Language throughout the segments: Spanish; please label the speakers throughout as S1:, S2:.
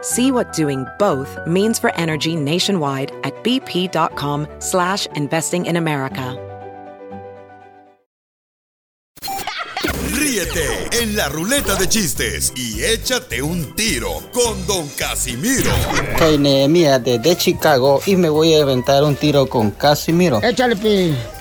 S1: See what doing both means for energy nationwide at bp.com slash investing in America.
S2: Ríete en la ruleta de chistes y échate un tiro con Don Casimiro.
S3: Soy Nehemías eh, desde Chicago y me voy a inventar un tiro con Casimiro.
S4: Échale, pi.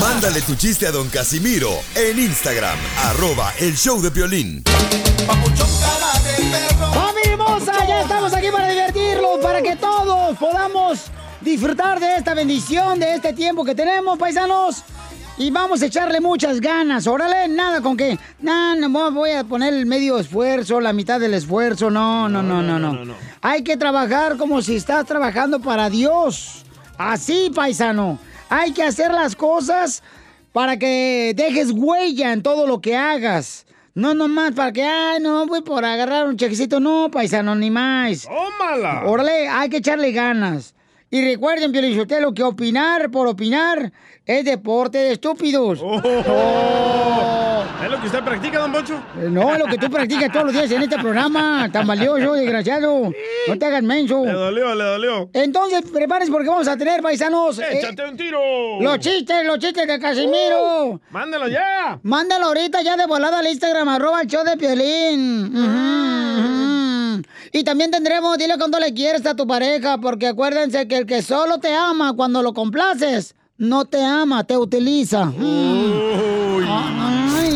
S2: Mándale tu chiste a Don Casimiro en Instagram, arroba el show de violín.
S4: ¡Familia hermosa! Ya estamos aquí para divertirlos, para que todos podamos disfrutar de esta bendición, de este tiempo que tenemos, paisanos. Y vamos a echarle muchas ganas. Órale, nada con que. No, no voy a poner el medio esfuerzo, la mitad del esfuerzo. No, no, no, no, no. Hay que trabajar como si estás trabajando para Dios. Así, paisano. Hay que hacer las cosas para que dejes huella en todo lo que hagas. No nomás para que, ay, no, voy por agarrar un chequecito. No, paisano, ni más.
S5: ¡Tómala!
S4: Órale, hay que echarle ganas. Y recuerden, lo que opinar por opinar es deporte de estúpidos. Oh.
S5: ¿Es lo que usted practica, don Bocho?
S4: Eh, No, lo que tú practicas todos los días en este programa, tan valioso, desgraciado. No te hagas menso.
S5: Le dolió, le dolió.
S4: Entonces, prepárense porque vamos a tener, paisanos. eh,
S5: ¡Échate un tiro!
S4: los chistes, los chistes de Casimiro.
S5: Uh, ¡Mándalo ya!
S4: Mándalo ahorita ya de volada al Instagram, arroba el show de Piolín. Ujú, ujú. Y también tendremos, dile cuánto le quieres a tu pareja, porque acuérdense que el que solo te ama cuando lo complaces, no te ama, te utiliza. Mm. Ay.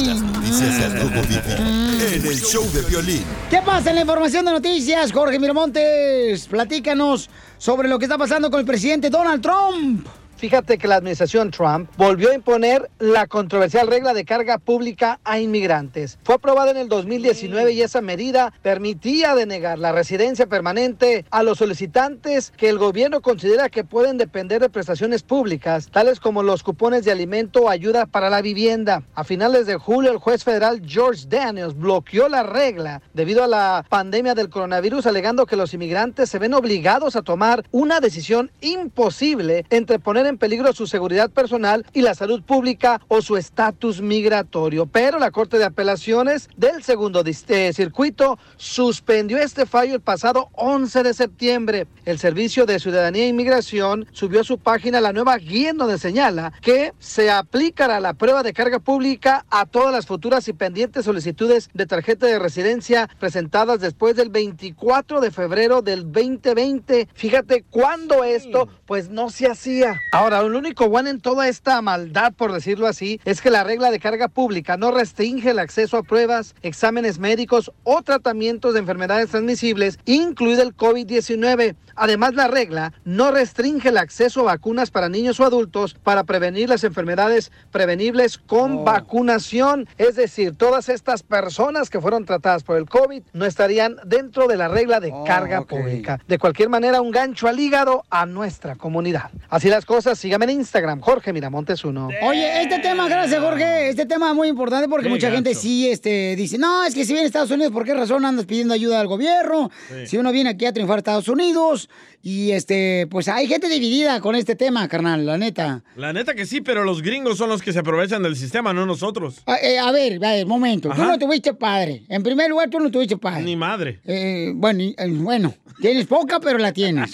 S2: Dices el lobo Didi en el show de violín.
S4: ¿Qué pasa en la información de noticias? Jorge Miramontes, platícanos sobre lo que está pasando con el presidente Donald Trump.
S6: Fíjate que la administración Trump volvió a imponer la controversial regla de carga pública a inmigrantes. Fue aprobada en el 2019 y esa medida permitía denegar la residencia permanente a los solicitantes que el gobierno considera que pueden depender de prestaciones públicas, tales como los cupones de alimento o ayuda para la vivienda. A finales de julio, el juez federal George Daniels bloqueó la regla debido a la pandemia del coronavirus, alegando que los inmigrantes se ven obligados a tomar una decisión imposible entre poner en peligro su seguridad personal y la salud pública o su estatus migratorio. Pero la Corte de Apelaciones del segundo dis- eh, circuito suspendió este fallo el pasado 11 de septiembre. El Servicio de Ciudadanía e Inmigración subió a su página la nueva guía en donde señala que se aplicará la prueba de carga pública a todas las futuras y pendientes solicitudes de tarjeta de residencia presentadas después del 24 de febrero del 2020. Fíjate cuándo esto pues no se hacía. Ahora, el único bueno en toda esta maldad, por decirlo así, es que la regla de carga pública no restringe el acceso a pruebas, exámenes médicos o tratamientos de enfermedades transmisibles, incluida el COVID-19. Además, la regla no restringe el acceso a vacunas para niños o adultos para prevenir las enfermedades prevenibles con vacunación. Es decir, todas estas personas que fueron tratadas por el COVID no estarían dentro de la regla de carga pública. De cualquier manera, un gancho al hígado a nuestra comunidad. Así las cosas. cosas, sígame en Instagram, Jorge Miramontes 1.
S4: Oye, este tema, gracias Jorge, este tema es muy importante porque
S6: Qué
S4: mucha gente
S6: gacho.
S4: sí este, dice, no, es que si viene a Estados Unidos, ¿por qué razón andas pidiendo ayuda al gobierno?
S7: Sí.
S4: Si uno viene aquí a triunfar a Estados Unidos y este, pues hay gente dividida con este tema, carnal, la neta.
S5: La neta que sí, pero los gringos son los que se aprovechan del sistema, no nosotros.
S4: A, eh, a ver, a ver, momento, tú
S5: Ajá.
S4: no tuviste padre, en primer lugar tú no tuviste padre.
S5: Ni madre.
S4: Eh, bueno, y- eh, bueno, tienes poca, pero la tienes.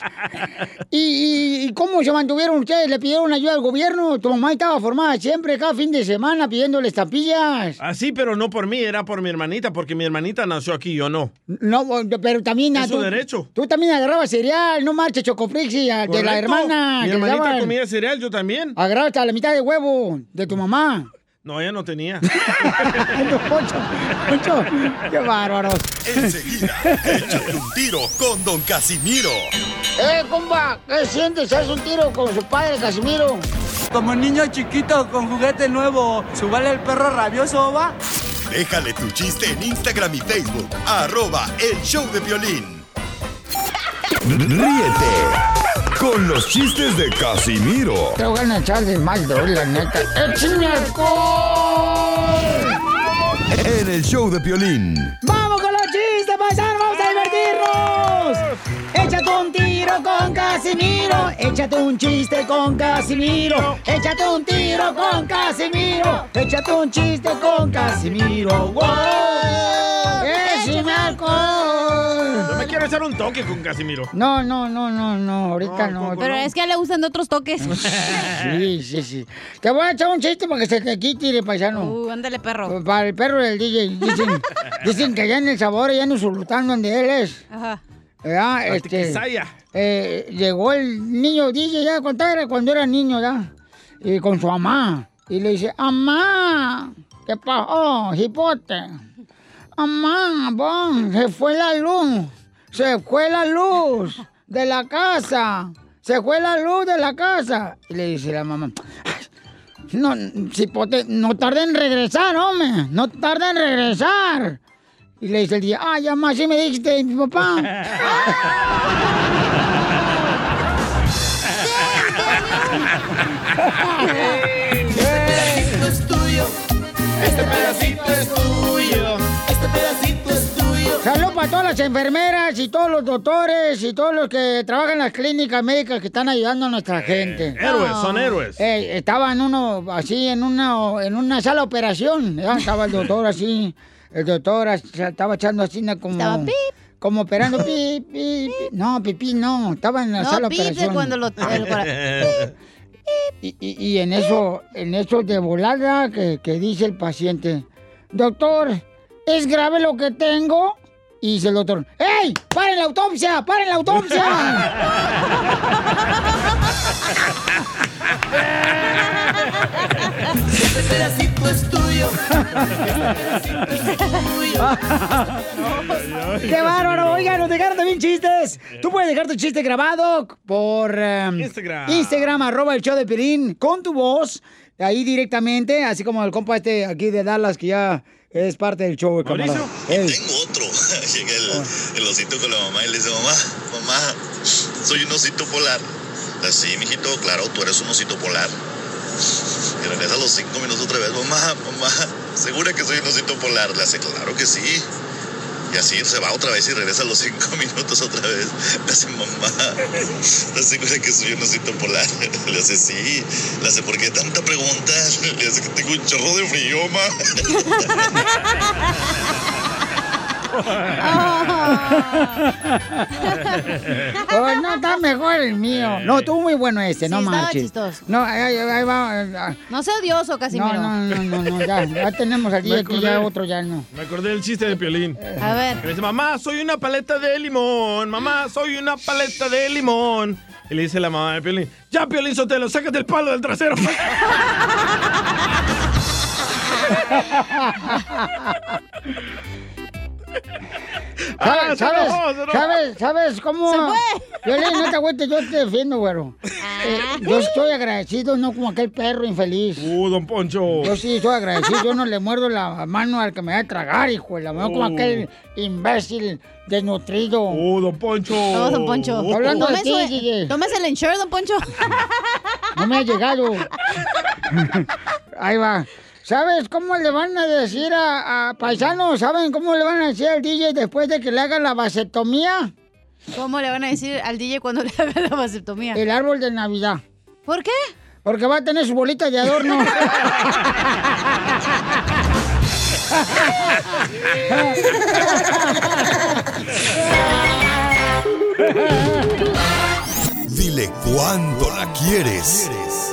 S4: ¿Y, y, y cómo se mantuvieron ustedes? ¿Le pidieron ayuda al gobierno? Tu mamá estaba formada siempre, cada fin de semana, pidiéndole estampillas.
S5: Así, Ah, pero no por mí, era por mi hermanita, porque mi hermanita nació aquí, yo no.
S4: No, pero también...
S5: Es
S4: ah,
S5: su derecho.
S4: Tú también agarrabas cereal, no marches, Chocofrix y a- de la
S5: Correcto.
S4: hermana.
S5: Mi
S4: que le
S5: hermanita
S4: daban.
S5: comía cereal, yo también.
S4: Agarraba hasta la mitad de huevo de tu mamá.
S5: No, ella no tenía.
S4: No, Poncho, Poncho, qué bárbaros.
S2: Enseguida, échate un tiro con Don Casimiro.
S4: ¡Eh, comba! ¿Qué sientes? ¿Haz un tiro con su padre, Casimiro?
S8: Como niño chiquito con juguete nuevo, ¿subale el perro rabioso va?
S2: Déjale tu chiste en Instagram y Facebook, arroba el show de violín.
S9: Ríete con los chistes de Casimiro
S4: Te voy a echar de mal, la neta. ¡Échame alcohol!
S9: en el show de violín.
S4: ¡Vamos con los chistes, paisanos! ¡Vamos a divertirnos! Échate un tiro con Casimiro. Échate un chiste con Casimiro. Échate un tiro con Casimiro. Échate un chiste con Casimiro. ¡Wow! ¡Échame alcohol!
S5: Yo me quiero echar un toque con Casimiro.
S4: No, no, no, no, no, ahorita no.
S10: Pero es que le gustan de otros toques.
S4: Sí, sí, sí. Te voy a echar un chiste para que se te quite, de paisano. Pues,
S10: Uh, ándale, perro.
S4: Para el perro del DJ. Dicen, dicen que allá en El Salvador, allá en Usulután, donde él es.
S10: Ajá.
S4: ¿verdad?
S10: La
S4: Este,
S10: tiquisaya.
S4: eh, llegó el niño DJ ya cuando era, cuando era niño ya. Y con su mamá. Y le dice, mamá, ¿qué pasó, hipote? Mamá, bon, se fue la luz. Se fue la luz de la casa. Se fue la luz de la casa. Y le dice la mamá, no, cipote, no tarda en regresar, hombre. No tarda en regresar. Y le dice el día, ah, ya más sí me dijiste, mi papá.
S7: pedacito es tuyo. Este pedacito es tuyo. Este pedacito es tuyo.
S4: Saludos para todas las enfermeras y todos los doctores y todos los que trabajan en las clínicas médicas que están ayudando a nuestra gente.
S5: Eh, héroes, son héroes.
S4: Eh, estaban uno así en una, en una sala de operación. ¿ya? Estaba el doctor así. El doctor as- estaba echando así una como.
S10: Estaba pip.
S4: Como operando pi, pi, pi. No, pipí, no. Estaba en la
S10: No,
S4: sala de
S10: pip de
S4: operación.
S10: cuando lo- el
S4: Y, y- y en eso, en eso de volada que, que dice el paciente, doctor, ¿es grave lo que tengo? Y dice el doctor, ¡Ey! ¡Paren la autopsia! ¡Paren la autopsia!
S7: Este pedacito es tuyo. Este pedacito es tuyo.
S4: ¡Qué bárbaro! Oigan, nos dejaron también chistes. Tú puedes dejar tu chiste grabado por em,
S5: Instagram.
S4: Instagram, arroba el show de Pirín, con tu voz, ahí directamente, así como el compa este aquí de Dallas, que ya es parte del show, el camarada. Ey. Ah.
S11: Tengo otro. Llega el, el osito con la mamá y le dice, mamá, mamá, soy un osito polar. Así, mijito, claro, tú eres un osito polar. Y regresa a los cinco minutos otra vez, mamá, mamá, ¿segura que soy un osito polar? Le hace, claro que sí. Y así se va otra vez y regresa a los cinco minutos otra vez. Le hace, mamá, ¿estás segura que soy un osito polar? Le hace, sí. Le hace, ¿por qué tanta pregunta? Le hace que tengo un chorro de frío, ma.
S4: Pues no está mejor el mío. No, estuvo muy bueno este, no
S10: estaba
S4: marches.
S10: chistoso.
S4: No, ahí, ahí- ahí va. eh, ah.
S10: No sea odioso, Casimiro.
S4: No, no, no, no, no, ya, ya tenemos al día
S5: Me
S4: aquí, ya
S5: acordé.
S4: otro ya no.
S5: Me acordé del chiste de Piolín.
S10: A ver.
S5: Que le dice, mamá, soy una paleta de limón. Mamá, soy una paleta de limón. Y le dice la mamá de Piolín, ya, Piolín Sotelo, sácate el palo del trasero.
S7: Ah, se
S4: ¿Sabes, sabes,
S7: enojó, se enojó.
S4: sabes, sabes cómo?
S7: Se fue. Ah.
S4: Piolín, no te agüites, yo te defiendo, güero. Eh, yo estoy agradecido, no como aquel perro infeliz.
S5: Uh, don Poncho.
S4: Yo sí estoy agradecido, yo no le muerdo la mano al que me va a tragar, hijo, de la mano como
S5: Uh.
S4: aquel imbécil desnutrido.
S5: Uh, don Poncho.
S10: No, don Poncho.
S4: Hablando de
S10: Tómese-
S4: ti, DJ.
S10: Tómese el insure, don Poncho.
S4: No me ha llegado. Ahí va. ¿Sabes cómo le van a decir a, a paisanos? ¿Saben cómo le van a decir al DJ después de que le hagan la vasectomía?
S10: ¿Cómo le van a decir al DJ cuando le hagan la vasectomía?
S4: El árbol de Navidad.
S10: ¿Por qué?
S4: Porque va a tener su bolita de adorno.
S2: Dile cuándo la quieres.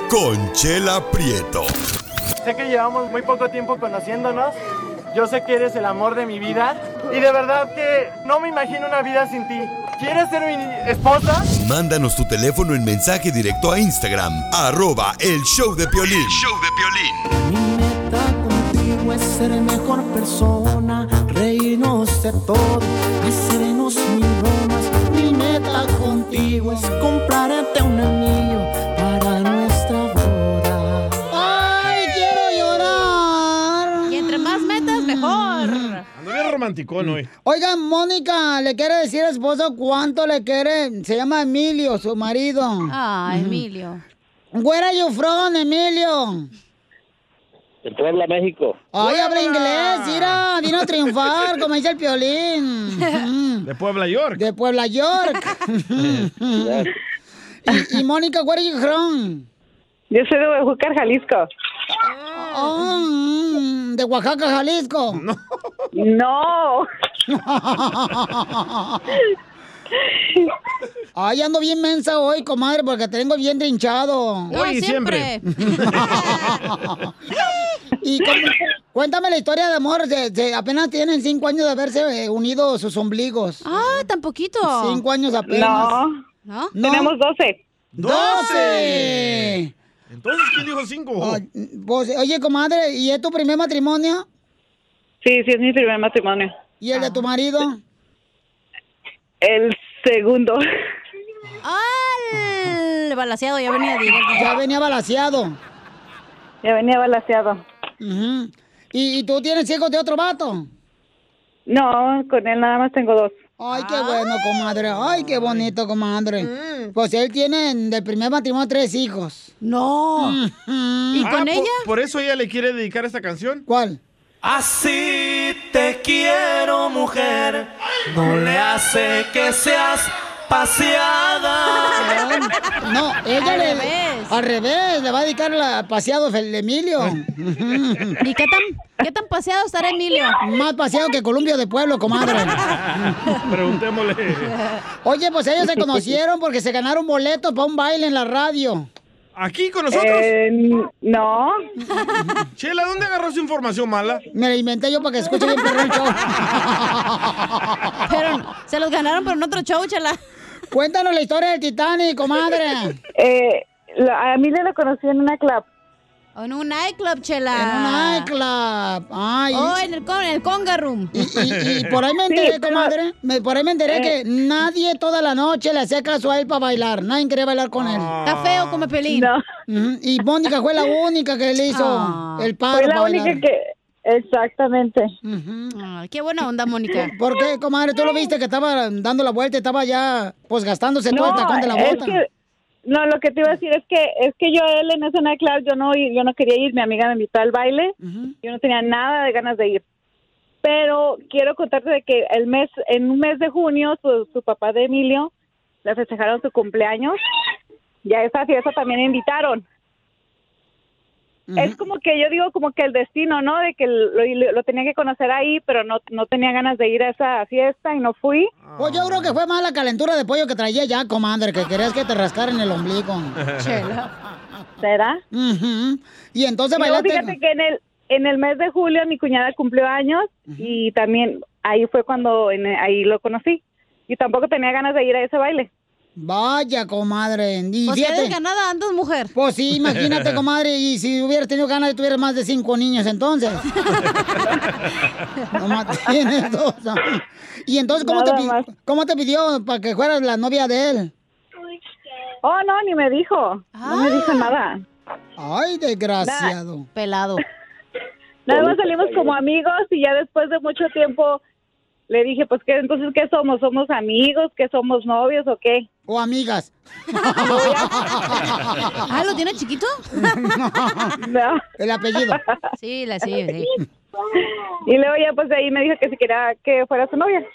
S2: Conchela Prieto.
S12: Sé que llevamos muy poco tiempo conociéndonos. Yo sé que eres el amor de mi vida. Y de verdad que no me imagino una vida sin ti. ¿Quieres ser mi esposa?
S2: Mándanos tu teléfono en mensaje directo a Instagram, arroba el show de Piolín.
S7: contigo es ser mejor persona, reírnos de todo, hacernos mil bromas. Mi meta contigo es comprarte un anillo para nuestra boda.
S4: ¡Ay, quiero llorar!
S10: Y entre más metas, mejor.
S5: Ando bien romanticón hoy.
S4: Oigan, Mónica, le quiere decir al esposo cuánto le quiere. Se llama Emilio, su marido.
S10: Ah, Emilio.
S4: Where are you from, Emilio?
S13: El Puebla, México.
S4: Ay, habla inglés, mira, vino a triunfar, como dice el piolín. Ujú.
S5: De Puebla, York.
S4: De Puebla, York. y, y Mónica, where are you from?
S14: Yo soy de Oaxaca, Jalisco.
S4: Oh, mm, de Oaxaca, Jalisco. No. Ay, ando bien mensa hoy, comadre, porque te tengo bien trinchado.
S7: No, Hoy y siempre.
S4: y cómo- cuéntame la historia de amor. de- de- apenas tienen cinco años de haberse eh, unido sus ombligos.
S10: Ah, tan poquito.
S4: Cinco años apenas.
S14: No.
S10: ¿No?
S14: Tenemos 12.
S4: ¡Doce!
S5: Entonces, ¿quién dijo cinco?
S14: Oh.
S4: Ay, vos- oye, comadre, ¿y es tu primer matrimonio?
S14: Sí, sí, es mi primer matrimonio. Ah,
S4: ¿Y el de tu marido?
S14: El segundo.
S10: ¡Al! Balaseado, ya venía directo.
S4: Ya venía balaseado.
S14: Ya venía balaseado.
S4: ¿Y, y tú tienes hijos de otro vato?
S14: No, con él nada más tengo dos.
S4: Ay, qué bueno, comadre. Ay, qué bonito, comadre.
S10: Mm.
S4: Pues él tiene del primer matrimonio tres hijos. Mm.
S10: No.
S5: ¿Y con ella? Ah, Por eso ella le quiere dedicar esta canción.
S4: ¿Cuál?
S7: Así te quiero, mujer. No le hace que seas paseada.
S4: No, ella
S7: Al
S4: le.
S7: revés.
S4: Al revés, le va a dedicar la paseado el Emilio.
S10: ¿Y qué tan, qué tan paseado estará Emilio?
S4: Más paseado que Columbia de Pueblo, comadre.
S5: Preguntémosle.
S4: Oye, pues ellos se conocieron porque se ganaron boletos para un baile en la radio.
S5: ¿Aquí con nosotros?
S10: Eh,
S14: no.
S5: Chela, ¿dónde agarró su información mala?
S4: Me la inventé yo para que escuche bien perrón el show.
S10: Pero se los ganaron, pero en otro show, chala.
S4: Cuéntanos la historia del Titanic, comadre.
S14: Eh, la- a mí le la conocí en una club.
S10: En un nightclub, chela.
S4: En un nightclub. Ay.
S10: Oh, en el, con- en el conga room.
S4: Y, y- y por ahí me enteré,
S10: Sí, pero-
S4: comadre, me- por ahí me enteré
S10: Eh.
S4: que nadie toda la noche le hacía caso a él para bailar. Nadie quería bailar con él.
S5: Ah.
S10: Está feo como pelín.
S4: Ujú, Y Mónica fue la única que le hizo
S10: Ah.
S4: el paro
S10: Fue la
S4: para
S10: única
S4: bailar.
S14: que... Exactamente.
S10: Ay, qué buena onda, Mónica.
S4: ¿Por qué, comadre? ¿Tú lo viste que estaba dando la vuelta y estaba ya, pues, gastándose todo el tacón de la
S14: es
S4: bota?
S14: que- no, lo que te iba a decir es que es que yo a él en ese nightclub yo no yo no quería ir, mi amiga me invitó al baile, yo no tenía nada de ganas de ir. Pero quiero contarte de que el mes en un mes de junio su, su papá de Emilio le festejaron su cumpleaños y a esa fiesta también invitaron. Es como que yo digo como que el destino, ¿no? De que lo, lo tenía que conocer ahí, pero no no tenía ganas de ir a esa fiesta y no fui.
S4: Pues yo creo que fue más la calentura de pollo que traía ya, comadre, que querías que te rascaran el ombligo.
S14: ¿Será?
S4: Y entonces
S14: luego
S4: bailaste-
S14: Fíjate que en el, en el mes de julio mi cuñada cumplió años y también ahí fue cuando en- ahí lo conocí. Y tampoco tenía ganas de ir a ese baile.
S4: Vaya, comadre. Y
S14: Pues, ¿qué
S4: fíjate,
S10: desganada andas, mujer?
S4: Pues sí, imagínate, comadre. Y si hubieras tenido ganas de tuviera más de cinco niños, entonces. Nomás tienes dos. Y entonces, ¿cómo, te,
S14: Nada
S4: pi-
S14: más.
S4: ¿cómo te pidió para que fueras la novia de él?
S14: Oh, no, ni me dijo. No me dijo nada.
S4: Ah. Ay, desgraciado.
S10: Pelado.
S14: Nada más salimos como amigos y ya después de mucho tiempo le dije, pues, ¿qué, Pues, entonces, ¿qué somos? ¿Somos amigos? ¿Qué somos novios o qué?
S4: o amigas.
S10: ¿Ah, lo tiene chiquito?
S4: No. El apellido.
S10: Sí, la sí, sí.
S14: Y luego ya pues de ahí me dijo que si quería que fuera su novia.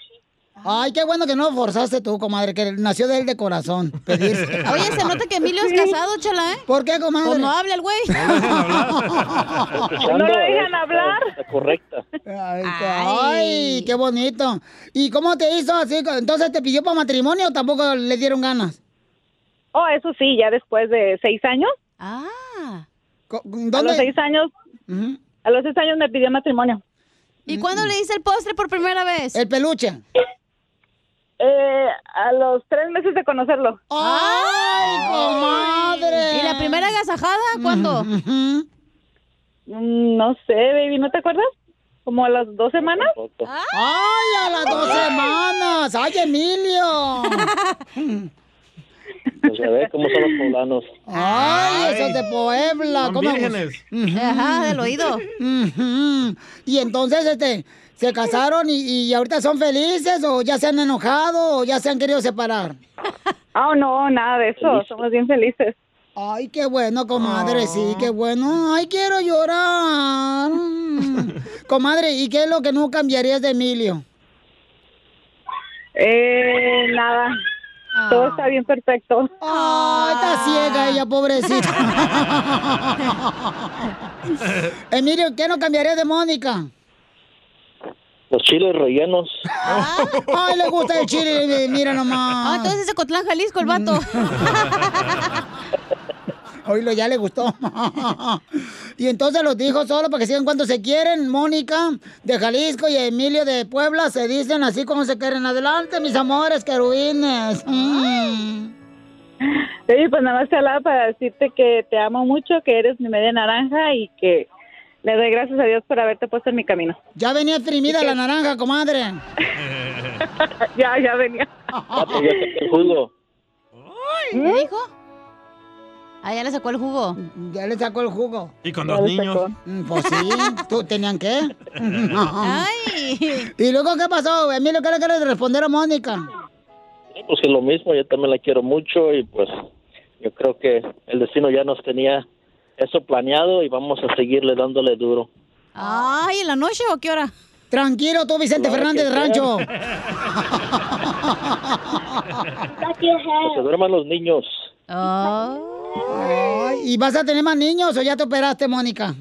S4: Ay, qué bueno que no forzaste tú, comadre, que nació de él de corazón. pedirse.
S10: Oye, se nota que Emilio es casado, chala, ¿eh?
S4: ¿Por qué, comadre?
S10: Pues no habla el güey.
S14: No lo dejan hablar.
S13: Correcta.
S4: Ay, qué bonito. ¿Y cómo te hizo así? Entonces, ¿te pidió para matrimonio o tampoco le dieron ganas?
S14: Oh, eso sí, ya después de seis años.
S10: Ah.
S4: ¿Dónde?
S14: A los seis años, a los seis años me pidió matrimonio.
S10: ¿Y cuándo le hice el postre por primera vez?
S4: El peluche.
S14: Eh, a los tres meses de conocerlo.
S4: ¡Ay,
S10: ¡Oh,
S4: comadre!
S10: ¿Y la primera agasajada cuándo?
S14: Mm, No sé, baby, ¿no te acuerdas? Como a las dos semanas.
S4: ¡Ay, a las dos semanas! ¡Ay, Emilio!
S13: Pues ya ve cómo son los poblanos.
S4: ¡Ay, eso de Puebla!
S13: Son
S4: ¿Cómo
S13: vírgenes.
S10: Ajá, del oído.
S4: Ujú. Y entonces, este, ¿se casaron y, y ahorita son felices o ya se han enojado o ya se han querido separar?
S14: Ah, no, nada de eso.
S4: Felices.
S14: Somos bien felices.
S4: Ay, qué bueno, comadre,
S13: Ah.
S4: sí, qué bueno. Ay, quiero llorar. comadre, ¿y qué es lo que no cambiarías de Emilio?
S14: Eh, nada. Todo está bien perfecto.
S4: Ah. Ay,
S10: Ah.
S4: está ciega ella, pobrecita. Emilio, ¿qué no cambiarías de Mónica?
S13: Los chiles rellenos.
S4: Ay, le gusta el chile, mira nomás.
S10: Ah, entonces es de Cotlán, Jalisco, el vato.
S4: Oílo, ya le gustó. y entonces los dijo solo para que sigan cuando se quieren. Mónica de Jalisco y Emilio de Puebla se dicen así como se quieren. Adelante, mis amores, querubines. Mm.
S14: Baby, pues nada más te hablaba para decirte que te amo mucho, que eres mi media naranja y que le doy gracias a Dios por haberte puesto en mi camino.
S4: Ya venía exprimida la naranja, comadre.
S14: ya, ya venía.
S13: Pato, ya saqué el jugo.
S10: ¿Qué dijo? Ah, ya le sacó el jugo.
S4: Ya le sacó el jugo.
S5: Y con dos niños.
S4: Mm, Pues sí, ¿tú tenían qué?
S10: Ay.
S4: ¿Y luego qué pasó? Emilio, ¿qué le quieres responder a Mónica?
S13: Eh, Pues es lo mismo, yo también la quiero mucho y pues yo creo que el destino ya nos tenía eso planeado y vamos a seguirle dándole duro.
S10: Ay, ¿en la noche o qué hora?
S4: Tranquilo tú, Vicente
S13: Claro Fernández que sí. Rancho. Que se duerman los niños.
S10: Oh.
S4: Ay, ¿Y vas a tener más niños o ya te operaste, Mónica?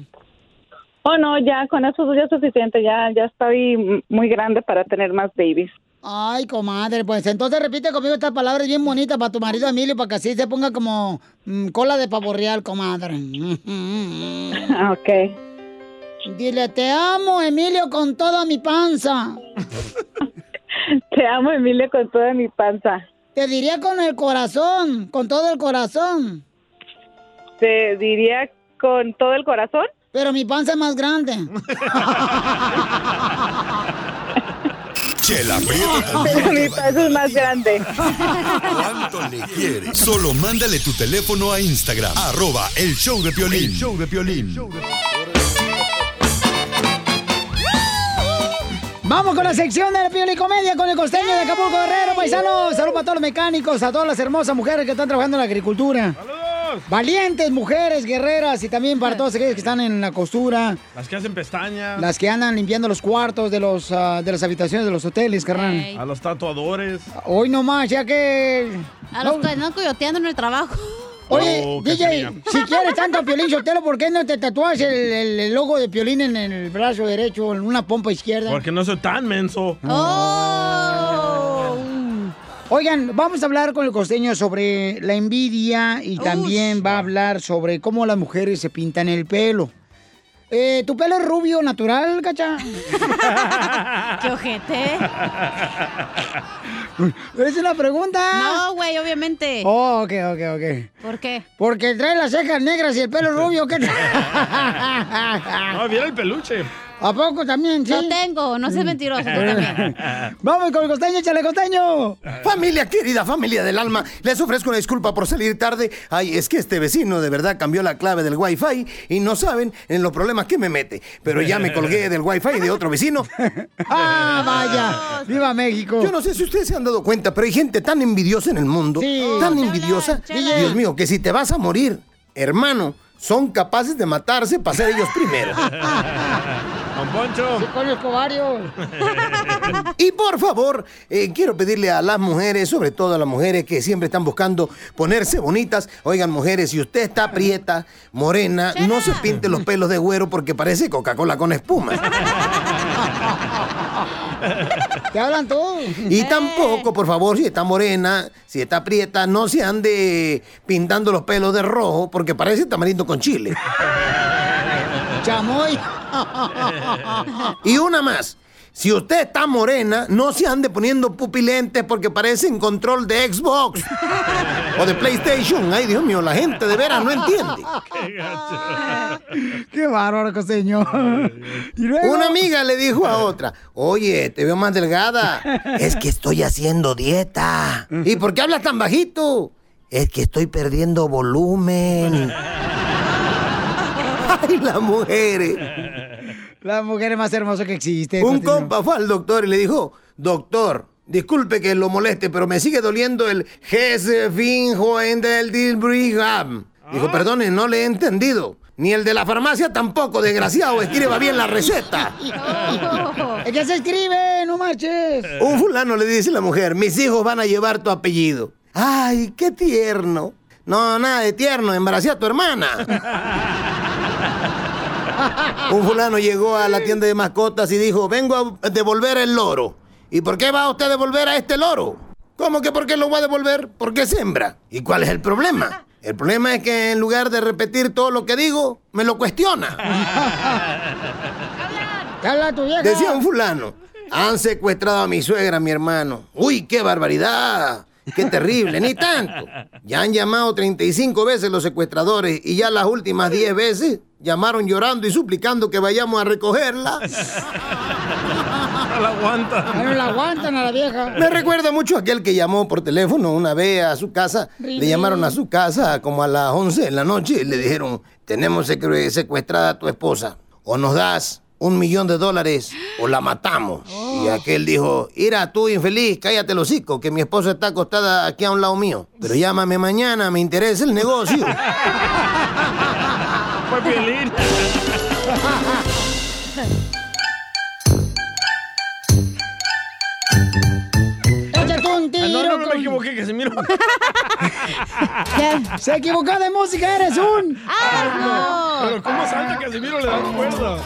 S14: Oh, no, ya, con eso ya es suficiente. Ya, ya estoy m- muy grande para tener más babies.
S4: Ay, comadre, pues entonces repite conmigo estas palabras bien bonitas para tu marido Emilio, para que así se ponga como mm, cola de pavo real, comadre.
S14: ok.
S4: Dile, te amo, Emilio, con toda mi panza.
S14: Te amo, Emilio, con toda mi panza.
S4: Te diría con el corazón, con todo el corazón.
S14: Te diría con todo el corazón.
S4: Pero mi panza es más grande.
S2: Chela Prieto
S14: Pero mi panza es más grande.
S2: le quiere. Solo mándale tu teléfono a Instagram. Arroba el show de Piolín. show de Piolín.
S4: Vamos con la sección de la Pioli Comedia con el costeño de Acapulco Guerrero, paisanos. Saludos para todos los mecánicos, a todas las hermosas mujeres que están trabajando en la agricultura. Valientes mujeres guerreras y también para todos aquellos que están en la costura,
S5: Las que hacen pestañas.
S4: las que andan limpiando los cuartos de los ah, de las habitaciones de los hoteles, carnal.
S5: A los tatuadores.
S4: Hoy nomás, ya que
S10: A los que andan coyoteando en el trabajo.
S4: Oye,
S5: Oh,
S4: DJ,
S5: Cachanilla.
S4: si quieres tanto a Piolín Sotelo, ¿por qué no te tatuas el, el- el logo de Piolín en el brazo derecho, en una pompa izquierda?
S5: Porque no soy tan menso.
S4: Oh, Oigan, vamos a hablar con el costeño sobre la envidia y también va a hablar sobre cómo las mujeres se pintan el pelo. Eh, ¿Tu pelo es rubio natural, cacha?
S10: ¡Qué ojete!
S4: es una pregunta.
S10: No, güey, obviamente.
S4: Oh, ok, ok, ok.
S10: ¿Por qué?
S4: Porque trae las cejas negras y el pelo rubio, ¿qué tal?
S5: No, viera Ah, el peluche.
S4: ¿A poco también, sí?
S10: Lo tengo, no seas mentiroso. tú también.
S4: Vamos con el costeño, échale costeño.
S15: Familia querida, familia del alma, les ofrezco una disculpa por salir tarde. Ay, es que este vecino de verdad cambió la clave del wifi y no saben en los problemas que me mete. Pero ya me colgué del wifi de otro vecino.
S4: ¡Ah, vaya! ¡Viva México!
S15: Yo no sé si ustedes se han dado cuenta, pero hay gente tan envidiosa en el mundo, tan envidiosa,
S4: chela.
S15: Dios mío, que si te vas a morir, hermano, son capaces de matarse para ser ellos primero.
S5: Don Poncho.
S4: Sí, conozco varios.
S15: Y por favor, eh, quiero pedirle a las mujeres, sobre todo a las mujeres que siempre están buscando ponerse bonitas. Oigan, mujeres, si usted está prieta, morena, no se pinte los pelos de güero porque parece Coca-Cola con espuma.
S4: Te hablan todos.
S15: Y tampoco, por favor, si está morena, si está prieta, no se ande pintando los pelos de rojo porque parece tamarindo con chile. Ah,
S4: Chamoy.
S15: Y una más. Si usted está morena, no se ande poniendo pupilentes porque parecen control de Xbox o de PlayStation. Ay, Dios mío, la gente de veras no entiende.
S4: Qué bárbaro, costeño. Y luego-
S15: Una amiga le dijo a otra, oye, te veo más delgada. Es que estoy haciendo dieta. ¿Y por qué hablas tan bajito? Es que estoy perdiendo volumen. Ay, ¿eh? las mujeres.
S4: La mujer más hermosa que existe.
S15: Un
S4: costeño.
S15: compa fue al doctor y le dijo, doctor, disculpe que lo moleste, pero me sigue doliendo el Joen del Dilbrigham. Dijo, perdone, no le he entendido. Ni el de la farmacia tampoco, desgraciado, escriba bien la receta.
S4: Es que se escribe, no marches.
S15: Un fulano le dice a la mujer, mis hijos van a llevar tu apellido. Ay, qué tierno. No, nada de tierno, embaracé a tu hermana. Un fulano llegó a la tienda de mascotas y dijo, vengo a devolver el loro. ¿Y por qué va usted a devolver a este loro? ¿Cómo que por qué lo va a devolver? Porque es hembra. ¿Y cuál es el problema? El problema es que en lugar de repetir todo lo que digo, me lo cuestiona.
S5: Ah.
S4: Habla tu vieja.
S15: Decía un fulano, han secuestrado a mi suegra, mi hermano. Uy, qué barbaridad. Qué terrible, ni tanto. Ya han llamado 35 veces los secuestradores y ya las últimas 10 veces llamaron llorando y suplicando que vayamos a recogerla.
S5: No la aguanta.
S4: Ya no la aguantan a la vieja.
S15: Me recuerda mucho aquel que llamó por teléfono una vez a su casa. Le llamaron a su casa como a las 11 de la noche y le dijeron, tenemos secu- secuestrada a tu esposa. O nos das un millón de dólares o la matamos. Y
S4: Oh.
S15: aquel dijo, ira tú infeliz, cállate el hocico, que mi esposa está acostada aquí a un lado mío. Pero llámame mañana, me interesa el negocio.
S5: Fue Piolín.
S4: Échate un tiro.
S5: Ah, no, no, no, me
S4: con-
S5: equivoqué, que se miró.
S4: Se equivocó de música, eres un.
S5: Pero cómo salta Casimiro le da cuerda.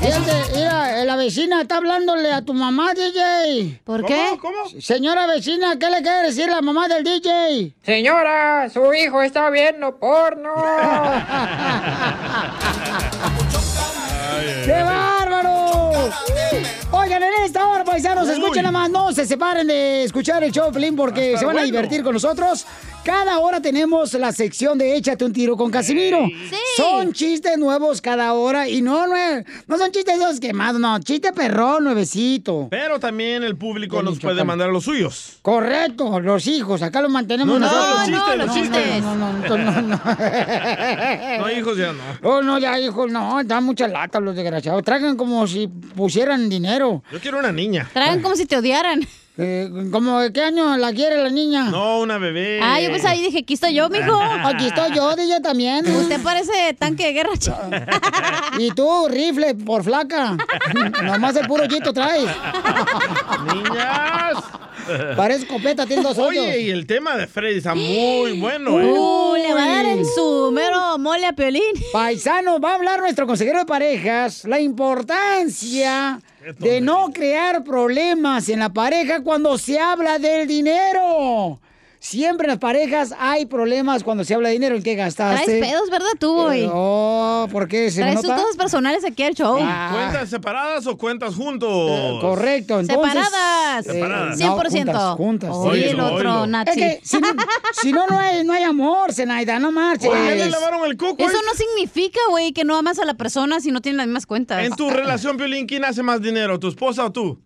S4: Fíjate, mira, eh, la vecina está hablándole a tu mamá, DJ. ¿Por
S10: qué?
S4: ¿Cómo? Señora vecina, ¿qué le quiere decir la mamá del DJ? Señora, su hijo está viendo porno. ¡Qué bárbaro! Oigan, en esta hora, paisanos, escuchen nada más. No se separen de escuchar el show, Pelín, porque se van a divertir con nosotros. Cada hora tenemos la sección de Échate un tiro con Casimiro. Son chistes nuevos cada hora y no, no, es- no son chistes esos quemados, no. Chiste perrón, nuevecito.
S5: Pero también el público
S4: De
S5: nos puede
S4: Michoacán.
S5: mandar los suyos.
S4: Correcto, los hijos, acá los mantenemos
S5: No, no,
S4: nosotros.
S5: los chistes, los chistes.
S4: No, no, no, no, no.
S5: No, hijos, ya no.
S4: Oh, no, ya, hijos, no, dan mucha lata los desgraciados. Tragan como si pusieran dinero.
S5: Yo quiero una niña.
S4: Tragan como si te odiaran. ¿Cómo de qué año la quiere la niña?
S5: No, una bebé.
S10: Ah, yo pues ahí dije, aquí estoy yo, mijo.
S4: Aquí estoy yo, DJ también.
S10: Usted parece tanque de guerra.
S4: Y tú, rifle por flaca. Nomás el puro chito traes.
S5: ¡Niñas!
S4: Parece escopeta, tiene dos hoyos.
S5: Oye, y el tema de Freddy está muy bueno, ¿eh?
S4: Uh, le va a dar en su mero mole a Piolín. Paisano, va a hablar nuestro consejero de parejas la importancia de no crear problemas en la pareja cuando se habla del dinero. Siempre en las parejas hay problemas cuando se habla de dinero, el que gastaste. Eh,
S10: Traes pedos, ¿verdad tú, güey?
S4: No, ¿por qué? ¿Se me
S10: Traes tus
S4: nota?
S10: cosas personales aquí al show.
S5: ¿Cuentas separadas o cuentas juntos?
S4: Ah. Eh, correcto, entonces-
S10: Separadas.
S5: Separadas.
S10: 100%.
S4: juntas, juntas.
S10: Oye, el
S5: Oílo,
S10: otro,
S5: oílo.
S10: Nachi.
S4: Es que si no, si no, no hay, no hay amor, Zenaida, no marches.
S5: Oye, le lavaron el ¿eh? coco.
S10: Eso no significa, güey, que no amas a la persona si no tienen las mismas cuentas.
S5: En tu relación, Piolín, ¿quién hace más dinero? ¿Tu esposa o tú?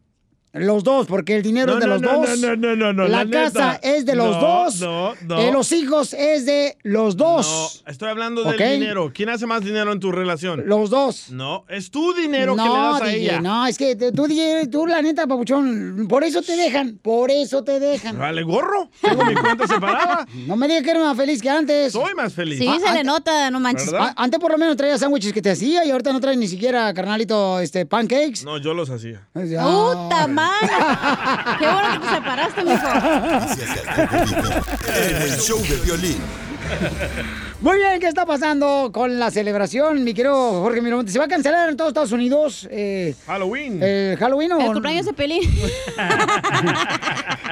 S4: Los dos, porque el dinero
S5: No,
S4: es de
S5: no,
S4: los
S5: no,
S4: dos.
S5: no, no, no, no,
S4: La,
S5: la
S4: casa
S5: neta.
S4: es de los
S5: No,
S4: dos.
S5: no, no.
S4: Eh, los hijos es de los dos.
S5: Estoy hablando del
S4: Ok.
S5: dinero. ¿Quién hace más dinero en tu relación?
S4: Los dos.
S5: No, es tu dinero que le
S4: No,
S5: das a
S4: DJ,
S5: ella.
S4: No, es que te- tú, DJ, tú, la neta, papuchón, por eso te dejan, por eso te dejan.
S5: Vale, gorro. Tengo mi cuenta separada.
S4: No me digas que eres más feliz que antes.
S5: Soy más feliz.
S10: Sí, se le nota, no manches.
S5: ¿Verdad?
S4: A- Antes por lo menos traía sándwiches que te hacía y ahorita no traes ni siquiera, carnalito, este, pancakes.
S5: No, yo los hacía.
S4: Ya.
S10: ¡Puta madre! ¡Qué bueno que te separaste, mijo!
S2: En el show de violín.
S4: Muy bien, ¿qué está pasando con la celebración, mi querido Jorge Miramonte? ¿Se va a cancelar en todos Estados Unidos? eh,
S5: Halloween.
S4: ¿El Halloween o...?
S10: El cumpleaños de Pelín.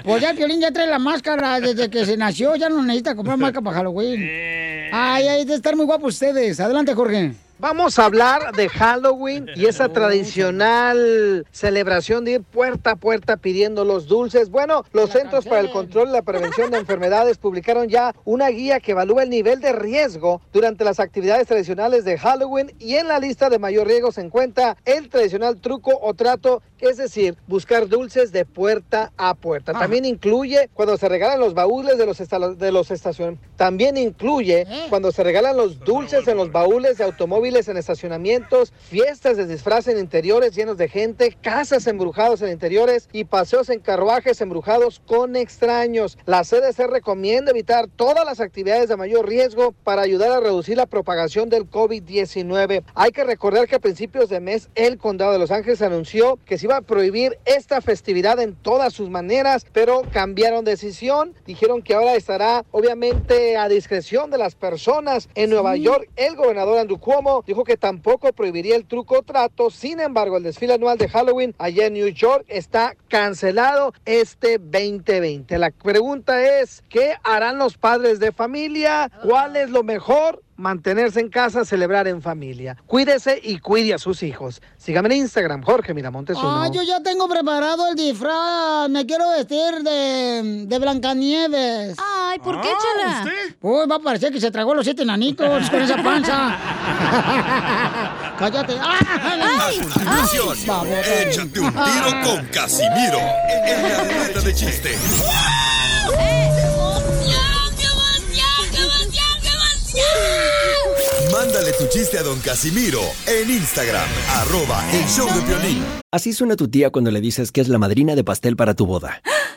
S4: Pues ya el Piolín ya trae la máscara desde que se nació, ya no necesita comprar máscara para Halloween.
S2: Eh.
S4: Ay, ay, de estar muy guapos ustedes. Adelante, Jorge.
S6: Vamos a hablar de Halloween y esa tradicional celebración de ir puerta a puerta pidiendo los dulces. Bueno, los Centros para el Control y la Prevención de Enfermedades publicaron ya una guía que evalúa el nivel de riesgo durante las actividades tradicionales de Halloween y en la lista de mayor riesgo se encuentra el tradicional truco o trato, es decir, buscar dulces de puerta a puerta. También incluye cuando se regalan los baúles de los, estalo- de los estación. También incluye cuando se regalan los dulces en los baúles de automóviles en estacionamientos, fiestas de disfraz en interiores llenos de gente, casas embrujados en interiores y paseos en carruajes embrujados con extraños. La CDC recomienda evitar todas las actividades de mayor riesgo para ayudar a reducir la propagación del COVID-19. Hay que recordar que a principios de mes el condado de Los Ángeles anunció que se iba a prohibir esta festividad en todas sus maneras, pero cambiaron decisión. Dijeron que ahora estará obviamente a discreción de las personas. En Nueva York, el gobernador Andrew Cuomo dijo que tampoco prohibiría el truco o trato. Sin embargo, el desfile anual de Halloween allá en New York está cancelado este 2020. La pregunta es, ¿qué harán los padres de familia? ¿Cuál es lo mejor? Mantenerse en casa, celebrar en familia. Cuídese y cuide a sus hijos. Sígame en Instagram, Jorge Miramontes. uno.
S4: Ah, yo ya tengo preparado el disfraz. Me quiero vestir de, de Blancanieves.
S10: Ay,
S4: ¿por
S10: qué, Ah, Chela?
S4: Uy, va a parecer que se tragó los siete nanitos con esa panza. Cállate. ¡Ah!
S2: A continuación, échate un tiro con Casimiro. En la ruleta de chiste. Mándale tu chiste a don Casimiro en Instagram, arroba el show de violín.
S16: Así suena tu tía cuando le dices que es la madrina de pastel para tu boda.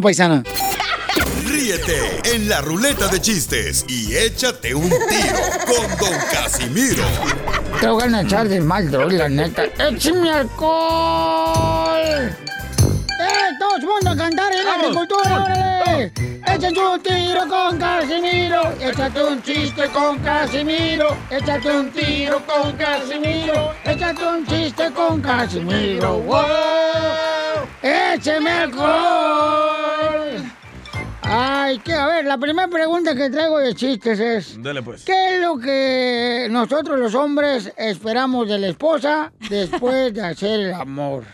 S4: paisana.
S2: Ríete en la ruleta de chistes y échate un tiro con Don Casimiro.
S4: Te voy a echar de mal, la neta. ¡Échame alcohol! ¡Eh, todos mundo a cantar en la agricultura, órale! ¡Échate un tiro con Casimiro! ¡Échate un chiste con Casimiro! ¡Échate un tiro con Casimiro! ¡Échate un chiste con Casimiro! ¡Wow! ¡Écheme alcohol! Ay, que a ver, la primera pregunta que traigo de chistes es...
S5: Dale pues.
S4: ¿Qué es lo que nosotros los hombres esperamos de la esposa después de hacer el amor?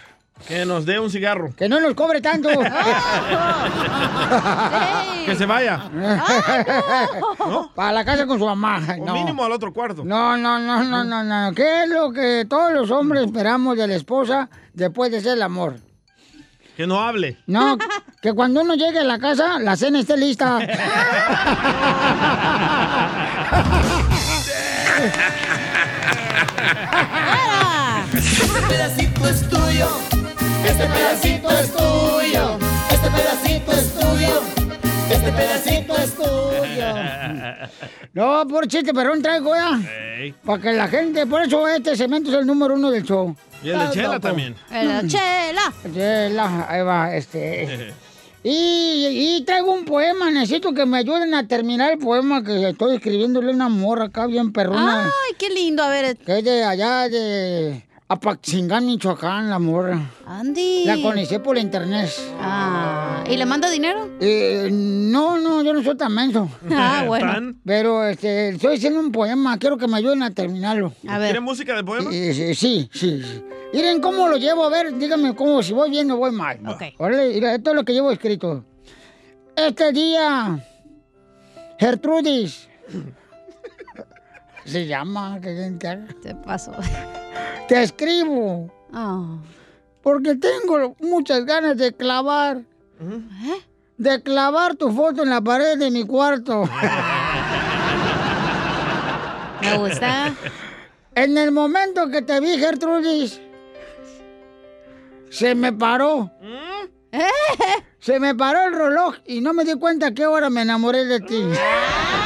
S5: Que nos dé un cigarro.
S4: Que no nos cobre tanto.
S5: que se vaya.
S4: Para la casa con su mamá.
S5: O
S4: no.
S5: mínimo al otro cuarto.
S4: No, no, no, no, no, no. ¿Qué es lo que todos los hombres esperamos de la esposa después de hacer el amor?
S5: Que no hable.
S4: No, que cuando uno llegue a la casa, la cena esté lista.
S7: Este pedacito es tuyo. Este pedacito es tuyo. Este pedacito es tuyo. Este pedacito es
S4: No, por chiste, perrón traigo ya.
S7: Eh.
S5: Ey.
S4: Para que la gente, por eso este cemento es el número uno del show.
S5: Y el de Chela también.
S4: Mm. Chela, ahí va, este. Y, y traigo un poema, necesito que me ayuden a terminar el poema que estoy escribiéndole a una morra acá bien perrona.
S10: Ay, qué lindo, a ver.
S4: Que es de allá de Apaxingán, Michoacán, la morra.
S10: Andy.
S4: La conocí por internet. Ah,
S10: ¿y le manda dinero?
S4: Eh, no, no, yo no soy tan menso.
S10: Ah, bueno. ¿Tan?
S4: Pero este, estoy haciendo un poema, quiero que me ayuden a terminarlo. A
S5: ¿Quiere música de poema?
S4: Sí, sí, sí. Miren cómo lo llevo, a ver, díganme cómo, si voy bien o voy mal.
S10: Ok.
S4: Órale, mira, esto es lo que llevo escrito. Este día, Gertrudis, se llama, que bien te haga.
S10: Te paso.
S4: Te escribo.
S10: Ah.
S4: Porque tengo muchas ganas de clavar.
S10: ¿Eh?
S4: De clavar tu foto en la pared de mi cuarto.
S10: Me gusta.
S4: En el momento que te vi, Gertrudis, se me paró.
S10: ¿Eh?
S4: Se me paró el reloj y no me di cuenta qué hora me enamoré de ti.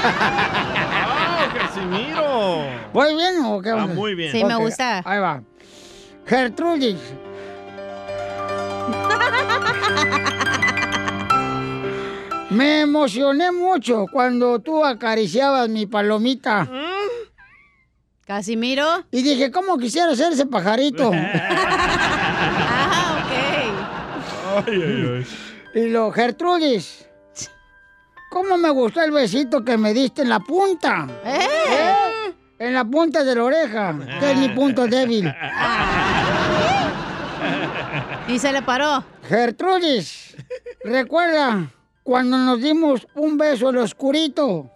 S5: ¡Ah, Casimiro!
S4: ¿Voy bien o qué
S5: Va
S4: onda?
S5: Ah, muy bien. Sí, me
S4: Ok,
S5: gusta.
S4: Ahí va. Gertrudis. Me emocioné mucho cuando tú acariciabas mi palomita.
S5: ¿Mm?
S4: Casimiro. Y dije, ¿cómo quisiera ser ese pajarito? Y lo, Gertrudis, ¿cómo me gustó el besito que me diste en la punta? ¿Eh? En la punta de la oreja, que es mi punto débil. Y se le paró. Gertrudis, recuerda cuando nos dimos un beso en lo oscurito.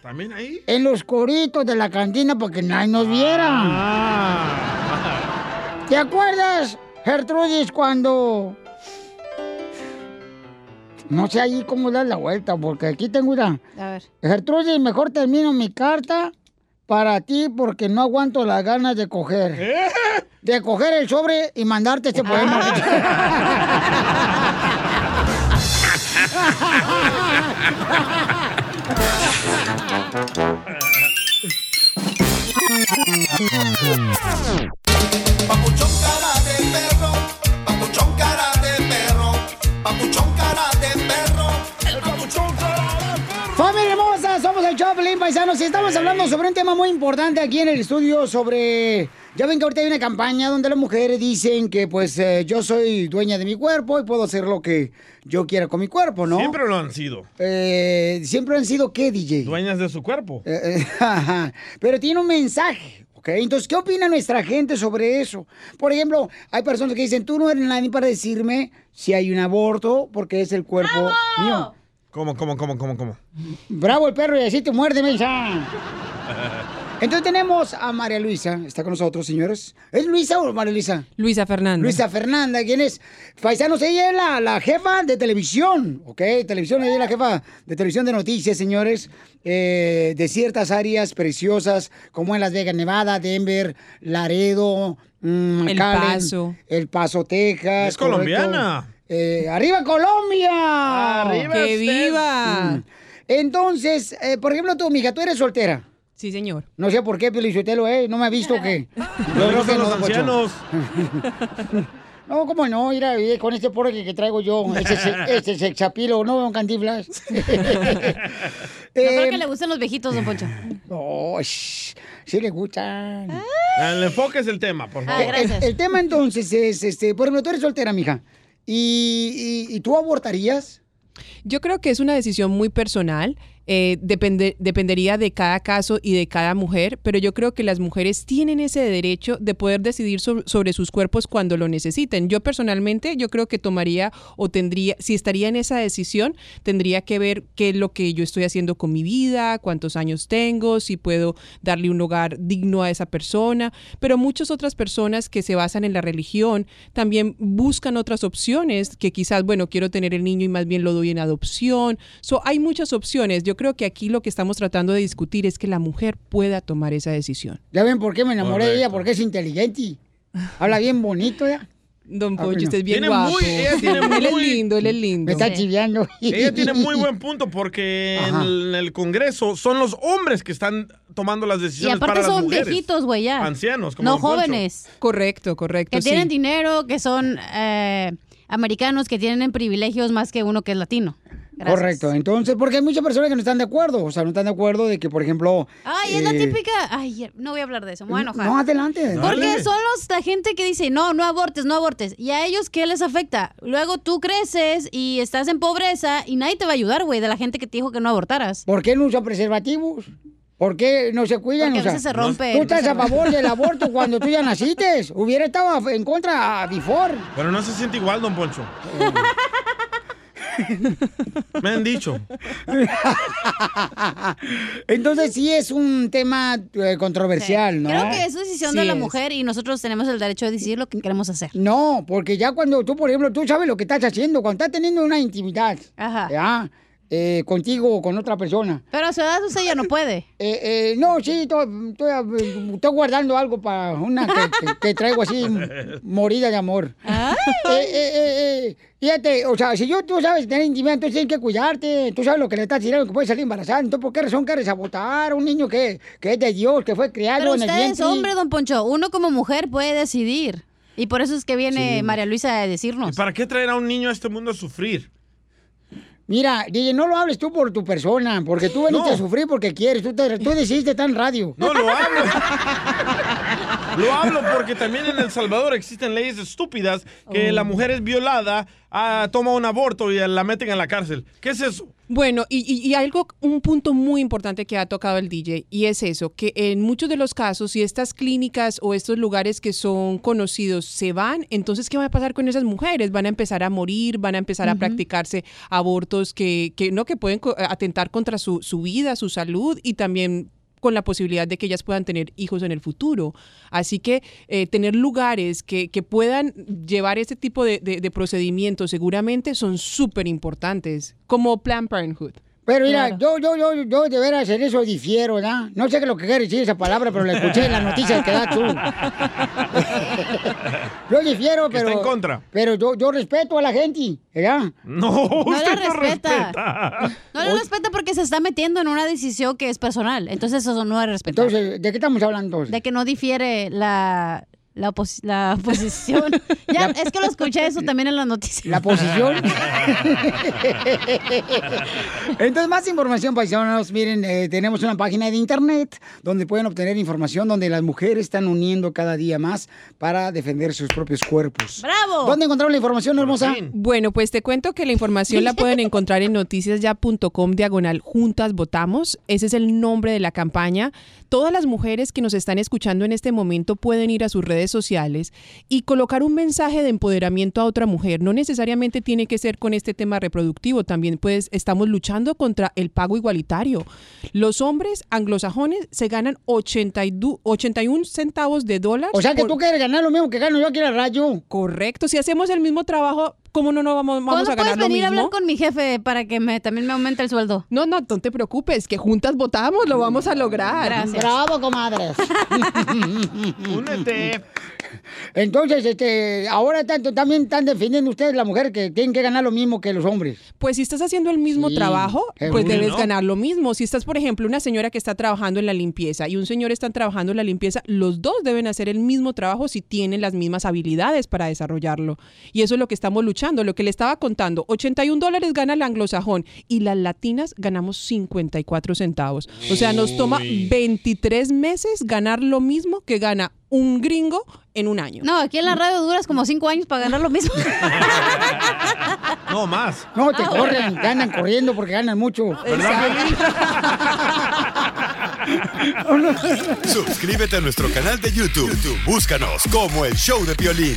S5: ¿También ahí?
S4: En lo oscurito de la cantina porque nadie nos viera. ¿Te acuerdas, Gertrudis, cuando... No sé ahí cómo dar la vuelta, porque aquí tengo una...
S10: A ver.
S4: Gertrudis, mejor termino mi carta para ti porque no aguanto las ganas de coger. De coger el sobre y mandarte este poema.
S7: tuyo.
S4: Hola, somos el Choplin, paisanos. Y estamos hablando sobre un tema muy importante aquí en el estudio, sobre... Ya ven que ahorita hay una campaña donde las mujeres dicen que, pues, eh, yo soy dueña de mi cuerpo y puedo hacer lo que yo quiera con mi cuerpo, ¿no?
S5: Siempre lo han sido.
S4: Eh, Siempre han sido, ¿qué, DJ?
S5: Dueñas de su cuerpo.
S4: Eh, eh, ajá. Pero tiene un mensaje. ¿ok? Entonces, ¿qué opina nuestra gente sobre eso? Por ejemplo, hay personas que dicen, tú no eres nadie para decirme si hay un aborto porque es el cuerpo mío.
S5: ¿Cómo, cómo, cómo, cómo, cómo?
S4: Bravo el perro y así te muerde, mensa. Entonces tenemos a María Luisa, está con nosotros, señores. ¿Es Luisa o María Luisa?
S17: Luisa Fernanda.
S4: Luisa Fernanda, ¿quién es? Paisanos, ella es la, la jefa de televisión, ¿ok? Televisión, ella es la jefa de televisión de noticias, señores, eh, de ciertas áreas preciosas, como en Las Vegas, Nevada, Denver, Laredo, mm,
S17: El
S4: McAllen,
S17: Paso.
S4: El Paso, Texas.
S5: Es colombiana.
S4: correcto. Eh, ¡Arriba Colombia!
S17: ¡Arriba ¡Que usted! viva!
S4: Mm. Entonces, eh, por ejemplo, tú, mija, tú eres soltera.
S17: Sí, señor.
S4: No sé por qué, Pelizotelo, eh, no me ha visto que.
S5: No
S4: creo
S5: le
S4: que
S5: gustan los
S4: Don Poncho.
S5: ancianos.
S4: No, cómo no, mira, eh, con este porro que, que traigo yo, este, se- este sexapilo, no, don Cantinflas.
S10: Yo creo
S4: Eh,
S10: que le gustan los viejitos, don Poncho.
S4: No, shh, sí le gustan.
S5: El enfoque es el tema,
S10: Ah,
S5: por favor.
S4: El, el tema entonces es, este, por ejemplo, tú eres soltera, mija, y, y- y tú abortarías.
S17: Yo creo que es una decisión muy personal. eh, depende- dependería de cada caso y de cada mujer, pero yo creo que las mujeres tienen ese derecho de poder decidir so- sobre sus cuerpos cuando lo necesiten. Yo personalmente, yo creo que tomaría o tendría, si estaría en esa decisión, tendría que ver qué es lo que yo estoy haciendo con mi vida, cuántos años tengo, si puedo darle un hogar digno a esa persona. Pero muchas otras personas que se basan en la religión también buscan otras opciones que quizás, bueno, quiero tener el niño y más bien lo doy en adopción. So, hay muchas opciones. Yo creo que aquí lo que estamos tratando de discutir es que la mujer pueda tomar esa decisión.
S4: Ya ven por qué me enamoré de ella, porque es inteligente. Habla bien bonito ya.
S17: Don
S4: Poncho,
S17: usted es bien Tiene guapo. muy- ella tiene Él es muy- lindo, él es lindo.
S4: Me está
S17: Sí.
S4: chiviando.
S5: Ella tiene muy buen punto porque en
S4: Ajá.
S5: el, en el Congreso son los hombres que están tomando las
S10: Y
S5: decisiones para
S10: aparte
S5: las
S10: son
S5: mujeres.
S10: viejitos, güey, ya.
S5: Ancianos, como
S10: No
S5: Don Poncho. Pues
S10: jóvenes.
S17: Correcto, correcto.
S10: Que
S17: sí.
S10: tienen dinero, que son eh, americanos, que tienen privilegios más que uno que es latino. Gracias.
S4: Correcto, entonces, porque hay muchas personas que no están de acuerdo, o sea, no están de acuerdo de que, por ejemplo...
S10: Ay, es la
S4: eh,
S10: típica. Ay, no voy a hablar de eso, me voy a enojar.
S4: No, adelante.
S10: Porque
S4: Dale.
S10: son los, la gente que dice, no, no abortes, no abortes. ¿Y a ellos qué les afecta? Luego tú creces y estás en pobreza y nadie te va a ayudar, güey, de la gente que te dijo que no abortaras.
S4: ¿Por qué no usan preservativos? ¿Por qué no se cuidan?
S10: Porque a
S4: O sea,
S10: veces se rompe
S4: Tú
S10: el
S4: estás a
S10: preservativo.
S4: favor del aborto cuando tú ya naciste. Hubiera estado en contra a before.
S5: Pero no se siente igual, don Poncho. Me han dicho.
S4: Entonces sí es un tema eh, controversial, ¿no?
S10: Creo que es decisión de la mujer y nosotros tenemos el derecho de decidir lo que queremos hacer.
S4: No, porque ya cuando tú, por ejemplo, tú sabes lo que estás haciendo, cuando estás teniendo una intimidad, ¿ya? Eh, contigo o con otra persona.
S10: Pero a su edad usted ya no puede.
S4: Eh, eh, no, sí, to- estoy, eh, estoy guardando algo para una que, que- que traigo así m- morida de amor. Eh, eh, eh, eh, fíjate, o sea, si yo tú sabes tener intimidad, entonces tienes que cuidarte, tú sabes lo que le estás tirando, que puede salir embarazada, entonces ¿por qué razón quieres sabotar a un niño que, que es de Dios, que fue criado
S10: Pero
S4: en el
S10: usted es
S4: vientre?
S10: hombre, don Poncho. Uno como mujer puede decidir. Y por eso es que viene María Luisa a decirnos.
S5: ¿Para qué traer a un niño a este mundo a sufrir?
S4: Mira, DJ, no lo hables tú por tu persona, porque tú veniste
S5: No.
S4: a sufrir porque quieres, tú, te- tú decidiste estar en radio.
S5: No lo hablo. Lo hablo porque también en El Salvador existen leyes estúpidas que
S17: Oh.
S5: la mujer es violada, ah, toma un aborto y la meten en la cárcel. ¿Qué es eso?
S17: Bueno, y, y- y algo, un punto muy importante que ha tocado el DJ, y es eso, que en muchos de los casos, si estas clínicas o estos lugares que son conocidos se van, entonces, ¿qué va a pasar con esas mujeres? Van a empezar a morir, van a empezar a
S18: Ujú.
S17: practicarse abortos que, que no, que pueden co- eh, atentar contra su, su vida, su salud y también con la posibilidad de que ellas puedan tener hijos en el futuro. Así que eh, tener lugares que, que puedan llevar ese tipo de, de- de procedimientos seguramente son súper importantes, como Planned Parenthood.
S4: Pero mira, yo, yo, yo, yo de veras en eso difiero, ¿verdad? No sé qué es lo que quiere decir esa palabra, pero la escuché en las noticias que da tú. yo difiero,
S5: Que
S4: pero.
S5: está en contra.
S4: Pero yo, yo respeto a la gente, ¿verdad?
S5: No,
S10: No la
S5: usted no
S10: respeta.
S5: respeta.
S10: No lo respeta porque se está metiendo en una decisión que es personal. Entonces eso no es respeto.
S4: Entonces, ¿de qué estamos hablando?
S10: De que no difiere la, La, opos- la oposición. ya, es que lo escuché eso también en las noticias.
S4: La oposición. Entonces, más información, paisanos. Miren, eh, tenemos una página de internet donde pueden obtener información donde las mujeres están uniendo cada día más para defender sus propios cuerpos.
S10: ¡Bravo!
S4: ¿Dónde encontramos la información, hermosa?
S17: Bueno, pues te cuento que la información la pueden encontrar en noticiasya.com diagonal juntas votamos. Ese es el nombre de la campaña. Todas las mujeres que nos están escuchando en este momento pueden ir a sus redes sociales y colocar un mensaje de empoderamiento a otra mujer. No necesariamente tiene que ser con este tema reproductivo, también pues estamos luchando contra el pago igualitario. Los hombres anglosajones se ganan 82 81 centavos de dólar.
S4: O sea que tú
S17: quieres
S4: ganar lo mismo que gano yo aquí en la rayo.
S17: Correcto, si hacemos el mismo trabajo, ¿cómo no, no vamos, vamos
S10: ¿Cuándo
S17: a ganar
S10: puedes
S17: lo
S10: venir a
S17: mismo?
S10: hablar con mi jefe para que me, también me aumente el sueldo?
S17: No, no, no te preocupes, que juntas votamos, lo vamos a lograr.
S10: Gracias.
S4: Bravo, comadres.
S5: Únete.
S4: Entonces, este, ahora tanto, también están defendiendo ustedes la mujer que tienen que ganar lo mismo que los hombres.
S17: Pues si estás haciendo el mismo
S4: Sí,
S17: trabajo,
S4: qué
S17: pues
S4: bueno.
S17: debes ganar lo mismo. Si estás, por ejemplo, una señora que está trabajando en la limpieza y un señor está trabajando en la limpieza, los dos deben hacer el mismo trabajo si tienen las mismas habilidades para desarrollarlo. Y eso es lo que estamos luchando, lo que le estaba contando. 81 dólares gana el anglosajón y las latinas ganamos 54 centavos. O sea, nos toma
S10: Uy.
S17: 23 meses ganar lo mismo que gana un gringo en un año.
S10: No, aquí en la radio duras como cinco años para ganar lo mismo.
S5: No, más.
S4: No, te
S10: Ah,
S4: corren,
S10: bueno.
S4: ganan corriendo porque ganan mucho.
S2: Suscríbete a nuestro canal de YouTube. YouTube, Búscanos como el show de violín.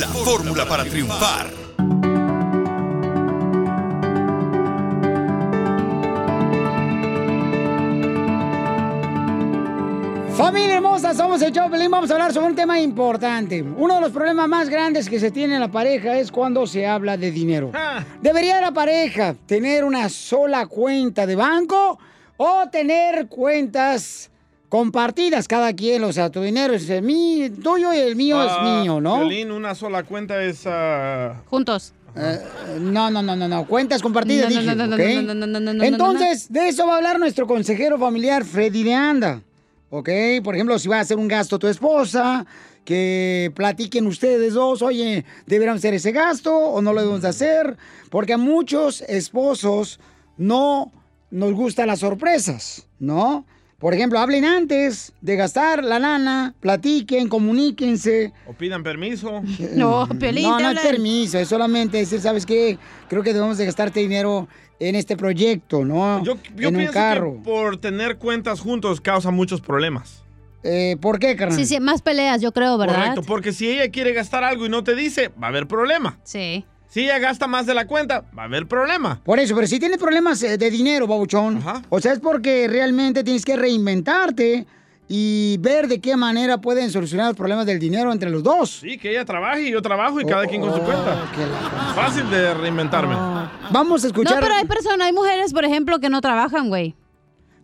S2: la fórmula para triunfar.
S4: Familia hermosa, somos el Choplin. Vamos a hablar sobre un tema importante. Uno de los problemas más grandes que se tiene en la pareja es cuando se habla de dinero.
S5: Ah.
S4: ¿Debería la pareja tener una sola cuenta de banco o tener cuentas compartidas cada quien? O sea, tu dinero es el mío, tuyo y el mío es
S5: Ah,
S4: mío, ¿no?
S5: Piolín, una sola cuenta es. ah,
S10: Juntos.
S4: Eh, no, no, no, no, no. Cuentas compartidas.
S10: No, no,
S4: dije,
S10: no, no,
S4: ¿ok?
S10: no, no, no, no, no, no,
S4: Entonces, de eso va a hablar nuestro consejero familiar, Freddy de Anda. ¿Ok? Por ejemplo, si va a hacer un gasto tu esposa, que platiquen ustedes dos, oye, ¿deberíamos hacer ese gasto o no lo debemos de hacer? Porque a muchos esposos no nos gustan las sorpresas, ¿no? Por ejemplo, hablen antes de gastar la lana, platiquen, comuníquense.
S5: o pidan permiso.
S4: No, no es permiso, es solamente decir, ¿sabes qué? Creo que debemos de gastarte dinero en este proyecto, ¿no?
S5: Yo
S4: en un
S5: pienso
S4: carro.
S5: que por tener cuentas juntos causa muchos problemas.
S4: Eh, ¿Por qué, carnal?
S10: Sí, sí, más peleas, yo creo, ¿verdad?
S5: Correcto, porque si ella quiere gastar algo y no te dice, va a haber problema.
S10: Sí.
S5: Si ella gasta más de la cuenta, va a haber problema.
S4: Por eso, pero si tienes problemas eh, de dinero, babuchón, o sea, es porque realmente tienes que reinventarte y ver de qué manera pueden solucionar los problemas del dinero entre los dos.
S5: Sí, que ella trabaje y yo trabajo y cada quien
S4: Oh,
S5: con su cuenta. Fácil de reinventarme.
S4: Vamos a escuchar.
S10: No, pero hay personas, hay mujeres, por ejemplo, que no trabajan, güey.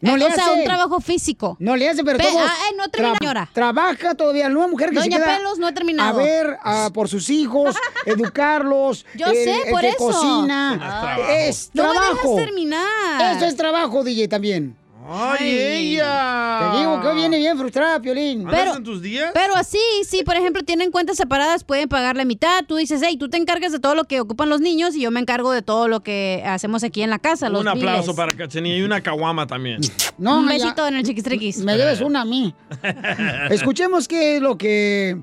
S4: No
S10: Eh,
S4: le
S10: o sea,
S4: hace.
S10: un trabajo físico.
S4: No le hace, pero
S10: Ve,
S4: todos
S10: ah, eh, no termina,
S4: tra-
S10: señora.
S4: Trabaja todavía, la nueva mujer que se
S10: Doña
S4: queda
S10: Pelos no ha terminado.
S4: A ver, ah, por sus hijos, educarlos.
S10: Yo
S4: el-
S10: sé,
S4: el
S10: por
S4: que
S10: eso.
S4: cocina.
S10: Ay.
S4: Es
S10: No me dejas
S4: trabajo.
S10: terminar.
S4: Eso es trabajo, DJ, también.
S5: ¡Ay, ella!
S4: Te digo que hoy viene bien frustrada, Piolín.
S10: Pero-
S5: en tus días?
S10: Pero así, si por ejemplo tienen cuentas separadas, pueden pagar la mitad. Tú dices, hey, tú te encargas de todo lo que ocupan los niños y yo me encargo de todo lo que hacemos aquí en la casa. Los
S5: Un aplauso
S10: biles".
S5: para Cachenía y una caguama también.
S4: No,
S10: Un
S4: me-
S10: besito en el chiquistriquis.
S4: Me debes una a mí. Escuchemos qué es lo que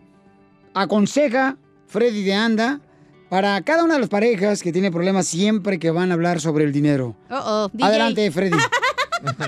S4: aconseja Freddy de Anda para cada una de las parejas que tiene problemas siempre que van a hablar sobre el dinero.
S10: Oh, oh, DJ.
S4: Adelante, Freddy.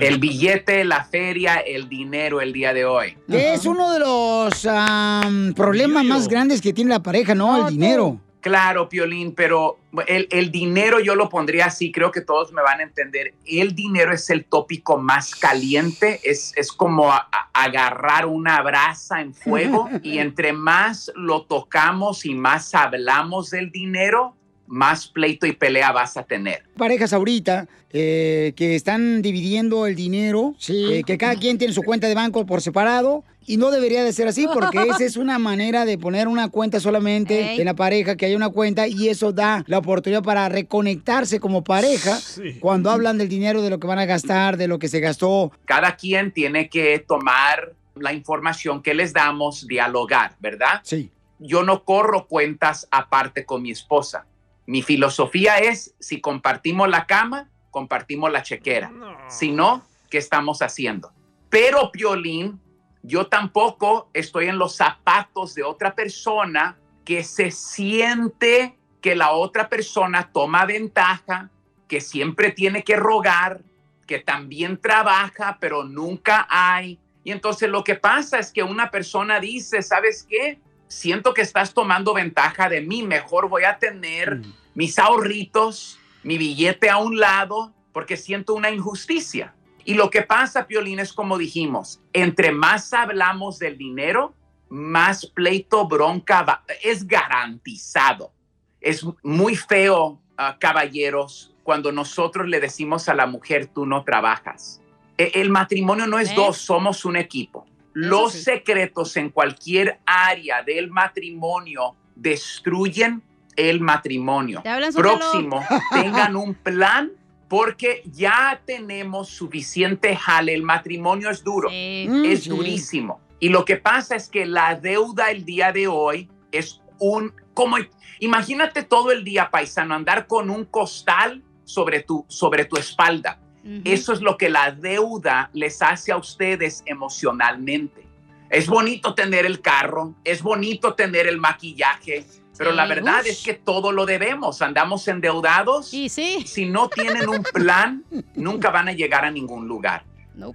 S19: El billete, la feria, el dinero el día de hoy.
S4: Que es uno de los am, problemas más grandes que tiene la pareja, ¿no? el dinero.
S19: Claro, Piolín, pero el, el dinero yo lo pondría así, creo que todos me van a entender. El dinero es el tópico más caliente, es, es como a- a- agarrar una brasa en fuego y entre más lo tocamos y más hablamos del dinero, más pleito y pelea vas a tener.
S4: Parejas ahorita eh, que están dividiendo el dinero, eh, que cada quien tiene su cuenta de banco por separado. Y no debería de ser así porque esa es una manera de poner una cuenta solamente
S20: Ey.
S4: en la pareja, que haya una cuenta y eso da la oportunidad para reconectarse como pareja
S19: Sí.
S4: cuando hablan del dinero, de lo que van a gastar, de lo que se gastó.
S19: cada quien tiene que tomar la información que les damos, dialogar, ¿verdad?
S4: Sí.
S19: Yo no corro cuentas aparte con mi esposa. Mi filosofía es, si compartimos la cama, compartimos la chequera. Si no, ¿qué estamos haciendo? Pero, Piolín, yo tampoco estoy en los zapatos de otra persona que se siente que la otra persona toma ventaja, que siempre tiene que rogar, que también trabaja, pero nunca hay. Y entonces lo que pasa es que una persona dice, ¿sabes qué? Siento que estás tomando ventaja de mí, mejor voy a tener mis ahorritos, mi billete a un lado, porque siento una injusticia. Y lo que pasa, Piolín, es como dijimos, entre más hablamos del dinero, más pleito, bronca, va- es garantizado. Es muy feo, ah, caballeros, cuando nosotros le decimos a la mujer, tú no trabajas. E- El matrimonio no es
S10: ¿Eh?
S19: dos, somos un equipo. Los secretos en cualquier área del matrimonio destruyen el matrimonio.
S10: Te hablan, Sotelo.
S19: Próximo, tengan un plan porque ya tenemos suficiente jale. El matrimonio es duro,
S10: Mm,
S19: es
S10: sí.
S19: durísimo. Y lo que pasa es que la deuda el día de hoy es un... Como, imagínate todo el día, paisano, andar con un costal sobre tu, sobre tu espalda.
S21: Ujú.
S19: Eso es lo que la deuda les hace a ustedes emocionalmente. Es bonito tener el carro, es bonito tener el maquillaje, pero
S21: Sí,
S19: la verdad
S21: ush.
S19: es que todo lo debemos, andamos endeudados.
S10: Y sí.
S19: Si no tienen un plan, nunca van a llegar a ningún lugar.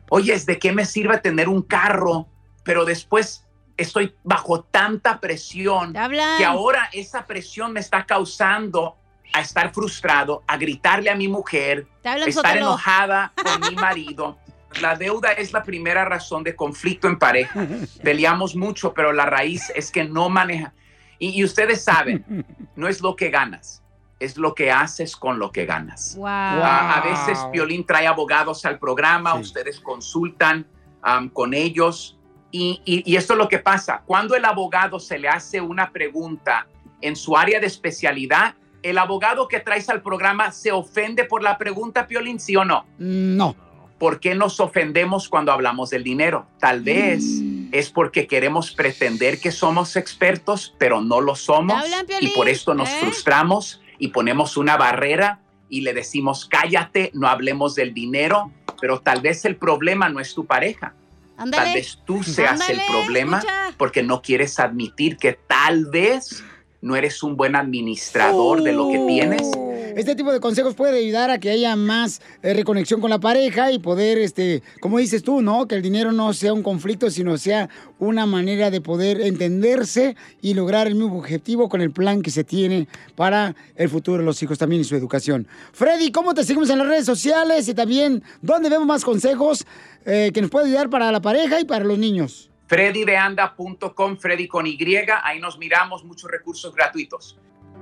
S19: Oye, ¿de qué me sirve tener un carro? Pero después estoy bajo tanta presión
S10: hablan.
S19: que ahora esa presión me está causando a estar frustrado, a gritarle a mi mujer,
S10: Te hablan,
S19: estar
S10: Sotelo.
S19: enojada con mi marido. La deuda es la primera razón de conflicto en pareja. Peleamos mucho, pero la raíz es que no maneja. Y, y ustedes saben, no es lo que ganas, es lo que haces con lo que ganas.
S10: Wow.
S19: A, a veces Piolín trae abogados al programa, ustedes consultan am, con ellos. Y, y- y esto es lo que pasa. Cuando el abogado se le hace una pregunta en su área de especialidad, el abogado que traes al programa se ofende por la pregunta, Piolín, ¿sí o no?
S4: No.
S19: ¿Por qué nos ofendemos cuando hablamos del dinero? Tal vez
S10: Mm.
S19: es porque queremos pretender que somos expertos, pero no lo somos.
S10: hablan,
S19: Y
S10: Piolín?
S19: por esto nos
S10: ¿Eh?
S19: frustramos y ponemos una barrera y le decimos, cállate, no hablemos del dinero, pero tal vez el problema no es tu pareja. Tal
S10: Ándale.
S19: vez tú seas
S10: Ándale,
S19: el problema
S10: escucha.
S19: porque no quieres admitir que tal vez no eres un buen administrador de
S10: Oh.
S19: lo que tienes.
S4: Oh. Este tipo de consejos puede ayudar a que haya más eh, reconexión con la pareja y poder, este, como dices tú, ¿no? Que el dinero no sea un conflicto, sino sea una manera de poder entenderse y lograr el mismo objetivo con el plan que se tiene para el futuro de los hijos también y su educación. Freddy, ¿cómo te seguimos en las redes sociales y también dónde vemos más consejos eh, que nos puede ayudar para la pareja y para los niños?
S19: freddydeanda.com, Freddy con Y, ahí nos miramos, muchos recursos gratuitos.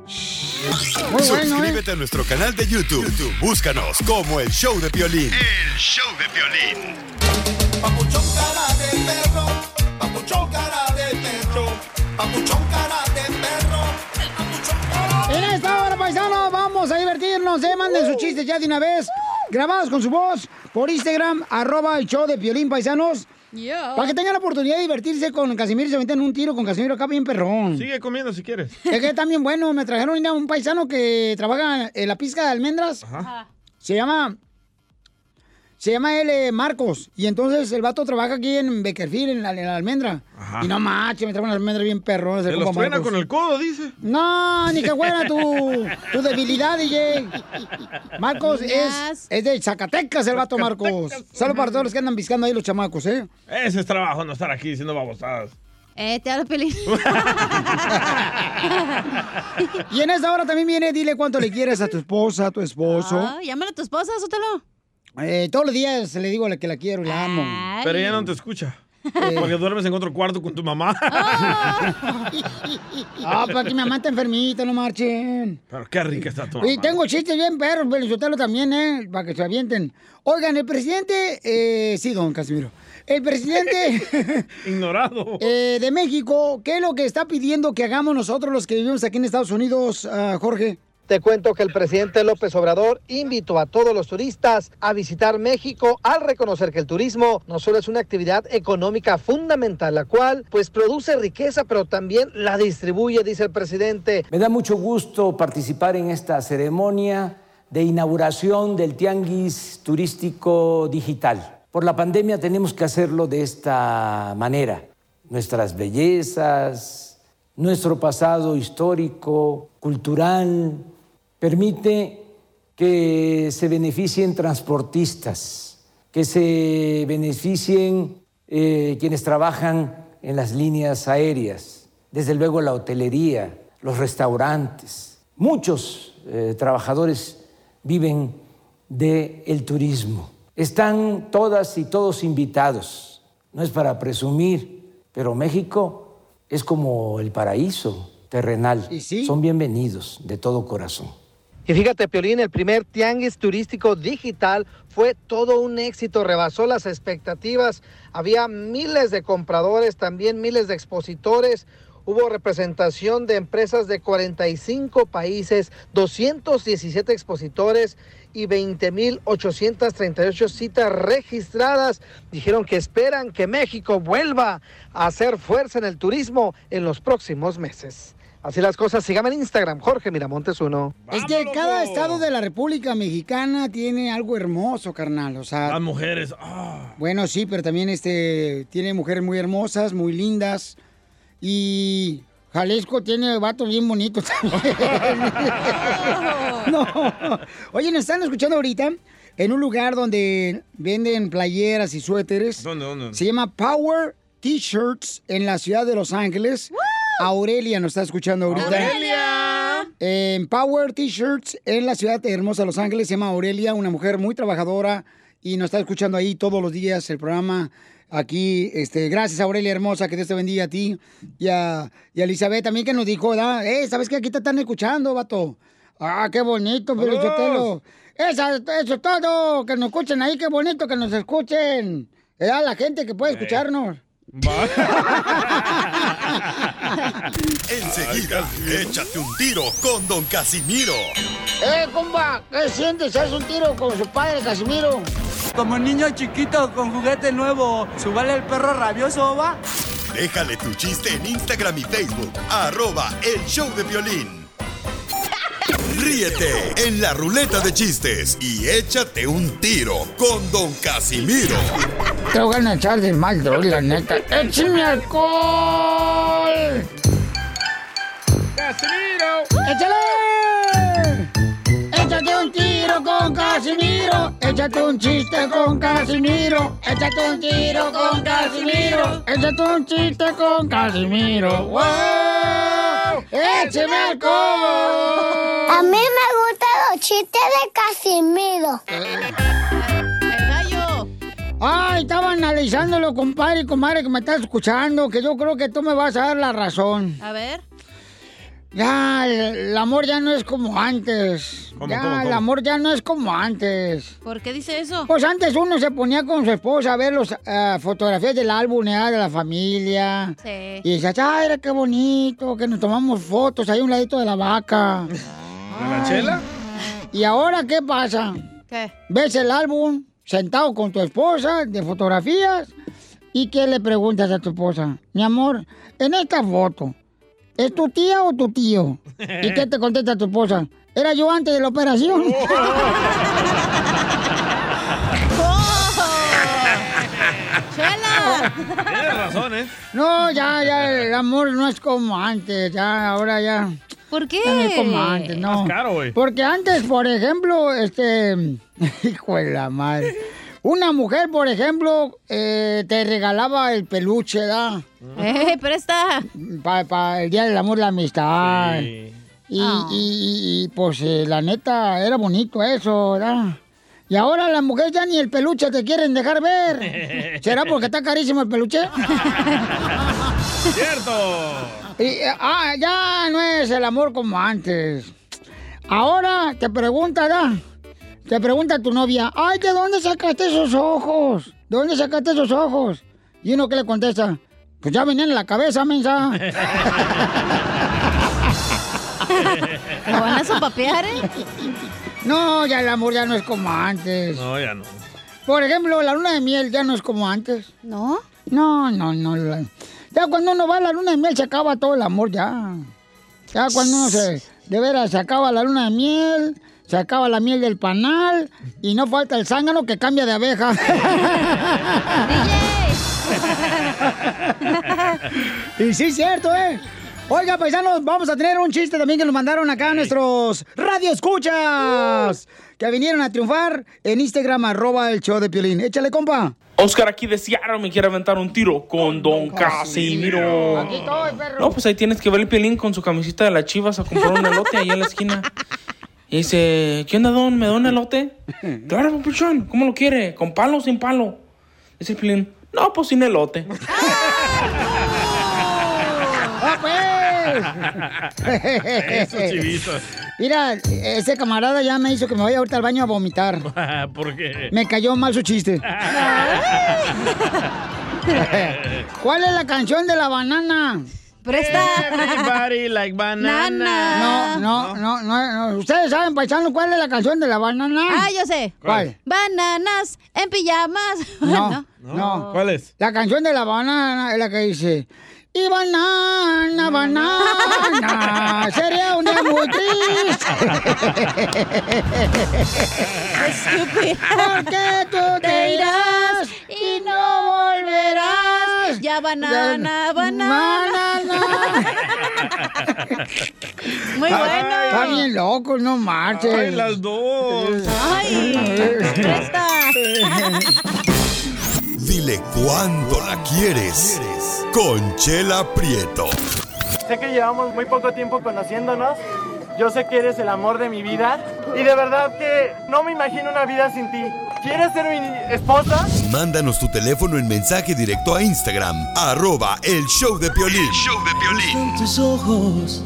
S2: Suscríbete a nuestro canal de YouTube. YouTube, Búscanos como el show de violín.
S9: El show de violín.
S4: En esta hora, paisano, vamos a divertirnos, ¿eh? Manden sus chistes ya de una vez grabados con su voz por Instagram, arroba el show de Piolín Paisanos. Para que tengan la oportunidad de divertirse con Casimiro y se meten un tiro con Casimiro acá bien perrón.
S5: Sigue comiendo si quieres.
S4: Es que también bueno, me trajeron a un paisano que trabaja en la pizca de almendras. Se llama. Se llama él eh, Marcos. Y entonces el vato trabaja aquí en Beckerfield, en la, en la almendra.
S5: Ajá.
S4: Y no macho, me trajo una almendra bien perrón.
S5: Te los truena con el codo, dice.
S4: No, ni que fuera tu, tu debilidad, DJ. Marcos es, es de Zacatecas, el vato Marcos. Saludos para todos los que andan piscando ahí los chamacos, ¿eh?
S5: Ese es trabajo, no estar aquí diciendo babosadas.
S10: Eh, te hablo Pelín.
S4: Y en esta hora también viene, dile cuánto le quieres a tu esposa, a tu esposo.
S10: Ah, llámalo a tu esposa, sótelo.
S4: Eh, todos los días le digo la que la quiero, la amo.
S5: Pero ella no te escucha. Porque duermes en otro cuarto con tu mamá.
S4: Ah, para que mi mamá está enfermita, no marchen.
S5: Pero qué rica está tu mamá.
S4: Y tengo chistes bien perros, Belizotelo también, ¿eh? Para que se avienten. Oigan, el presidente... eh, sí, don Casimiro. El presidente...
S5: Ignorado.
S4: eh, de México, ¿qué es lo que está pidiendo que hagamos nosotros los que vivimos aquí en Estados Unidos, ah, Jorge?
S6: Te cuento que el presidente López Obrador invitó a todos los turistas a visitar México al reconocer que el turismo no solo es una actividad económica fundamental, la cual pues produce riqueza, pero también la distribuye, dice el presidente.
S22: Me da mucho gusto participar en esta ceremonia de inauguración del Tianguis Turístico Digital. Por la pandemia tenemos que hacerlo de esta manera. Nuestras bellezas, nuestro pasado histórico, cultural, permite que se beneficien transportistas, que se beneficien eh, quienes trabajan en las líneas aéreas, desde luego la hotelería, los restaurantes. Muchos eh, trabajadores viven del turismo. Están todas y todos invitados. No es para presumir, pero México es como el paraíso terrenal. Son bienvenidos de todo corazón.
S6: Y fíjate, Piolín, el primer tianguis turístico digital fue todo un éxito, rebasó las expectativas. Había miles de compradores, también miles de expositores. Hubo representación de empresas de 45 países, 217 expositores y 20.838 citas registradas. Dijeron que esperan que México vuelva a hacer fuerza en el turismo en los próximos meses. Así las cosas, síganme en Instagram, Jorge Miramontes 1.
S4: Es que cada estado de la República Mexicana tiene algo hermoso, carnal. O sea,
S5: Las mujeres. ah.
S4: Bueno, sí, pero también este tiene mujeres muy hermosas, muy lindas. Y Jalisco tiene vatos bien bonitos también. no. Oye, nos están escuchando ahorita en un lugar donde venden playeras y suéteres.
S5: ¿Dónde, dónde, dónde?
S4: Se llama Power T-Shirts en la ciudad de Los Ángeles. Aurelia nos está escuchando ahorita.
S5: ¡Aurelia!
S4: En Power T-Shirts en la ciudad de hermosa Los Ángeles se llama Aurelia, una mujer muy trabajadora y nos está escuchando ahí todos los días el programa. Aquí, este, gracias Aurelia hermosa, que Dios te bendiga a ti y a, y a Elizabeth también que nos dijo, ¿verdad? Eh, ¿sabes que aquí te están escuchando, vato? Ah, qué bonito, pero
S7: Saludos.
S4: Esa, eso es todo, que nos escuchen ahí, qué bonito que nos escuchen. Eh, a la gente que puede escucharnos.
S2: Enseguida, échate un tiro con Don Casimiro.
S4: ¡Eh, comba! ¿Qué sientes? ¿Haz un tiro con su padre, Casimiro?
S8: Como niño chiquito con juguete nuevo, subale el perro rabioso, va.
S2: Déjale tu chiste en Instagram y Facebook. Arroba el show de violín. Ríete en la ruleta de chistes y échate un tiro con Don Casimiro.
S4: Te voy a echar de mal, de hoy, la neta. ¡Échame alcohol!
S5: ¡Casimiro!
S4: ¡Échale! Échate un tiro con Casimiro. Échate un chiste con Casimiro. Échate un tiro con Casimiro. Échate un chiste con Casimiro. ¡Wow! ¡Échame alcohol!
S20: A mí me gustan los chistes de Casimiro.
S4: Ay, estaba analizándolo, compadre y comadre que me estás escuchando, que yo creo que tú me vas a dar la razón.
S10: A ver.
S4: Ya, el, el amor ya no es como antes.
S10: ¿Cómo,
S4: ya,
S10: cómo, cómo?
S4: el amor ya no es como antes.
S10: ¿Por qué dice eso?
S4: Pues antes uno se ponía con su esposa a ver las fotografías del álbum ¿eh? de la familia.
S10: Sí.
S4: Y decías, ay, era qué bonito, que nos tomamos
S10: Ah.
S4: fotos ahí a un ladito de la vaca.
S5: ¿De la chela?
S4: ¿Y ahora qué pasa?
S10: ¿Qué?
S4: ves el álbum sentado con tu esposa de fotografías y que le preguntas a tu esposa, mi amor, en esta foto, ¿es tu tía o tu tío? ¿Y qué te contesta tu esposa? Era yo antes de la operación.
S5: Tienes razón, ¿eh?
S4: No, ya, ya, el amor no es como antes, ya, ahora ya.
S10: ¿Por qué?
S4: Ya no es como antes, no.
S5: Más caro, pues. güey.
S4: Porque antes, por ejemplo, este. Hijo de la madre. Una mujer, por ejemplo, eh, te regalaba el peluche, ¿da?
S10: Eh, presta.
S4: Para el Día del Amor y la Amistad. Y,
S10: Ah.
S4: y- y- y, pues eh, la neta, era bonito eso, ¿verdad? Y ahora las mujeres ya ni el peluche te quieren dejar ver. ¿Será porque está carísimo el peluche?
S5: ¡Cierto!
S4: Y, eh, ah, ya no es el amor como antes. Ahora te pregunta, ¿da? Te pregunta tu novia, ay, ¿de dónde sacaste esos ojos? ¿De dónde sacaste esos ojos? Y uno que le contesta, pues ya venían en la cabeza, mensa.
S10: ¿Lo van a sopapear, eh?
S4: No, ya el amor ya no es como antes.
S5: No, ya no.
S4: Por ejemplo, la luna de miel ya no es como antes.
S10: ¿No?
S4: No, no, no. la- Ya cuando uno va a la luna de miel se acaba todo el amor ya. Ya cuando uno se... De veras, se acaba la luna de miel, se acaba la miel del panal y no falta el zángano que cambia de abeja. y sí, es cierto, ¿eh? Oiga, paisanos, vamos a tener un chiste también que nos mandaron acá nuestros Radio Escuchas. Que vinieron a triunfar en Instagram, arroba el show de Piolín. Échale, compa.
S3: Oscar aquí de Seattle me quiere aventar un tiro con Don Casimiro. No, pues ahí tienes que ver el pielín con su camisita de las chivas a comprar un elote ahí en la esquina. Y dice, ¿qué onda, Don? ¿Me da un elote? Claro, papuchón, ¿cómo lo quiere? ¿Con palo o sin palo? Dice el pielín, no, pues sin elote.
S5: eh.
S4: ¡Ah, pues!
S5: Esos chivitos.
S4: Mira, ese camarada ya me hizo que me vaya ahorita al baño a vomitar.
S5: ¿Por qué?
S4: Me cayó mal su chiste. ¿Cuál es la canción de la banana?
S10: Presta.
S5: Everybody like banana.
S4: No, no, no, no, no. Ustedes saben, paisano, cuál es la canción de la banana.
S10: Ah, yo sé.
S4: ¿Cuál?
S10: Bananas en pijamas.
S4: Ah, No, no.
S5: ¿Cuál es?
S4: La canción de la banana es la que dice. Y banana, banana, sería un día muy triste. Porque tú te irás y no volverás.
S10: Ya banana, banana. Muy
S4: Ah,
S10: bueno.
S4: Está bien loco, no marches.
S5: Ay, las dos.
S2: Dile cuánto la quieres. Conchela Prieto.
S12: Sé que llevamos muy poco tiempo conociéndonos. Yo sé que eres el amor de mi vida. Y de verdad que no me imagino una vida sin ti. ¿Quieres ser mi esposa?
S2: Mándanos tu teléfono en mensaje directo a Instagram. Arroba el show de Piolín.
S7: Son tus ojos.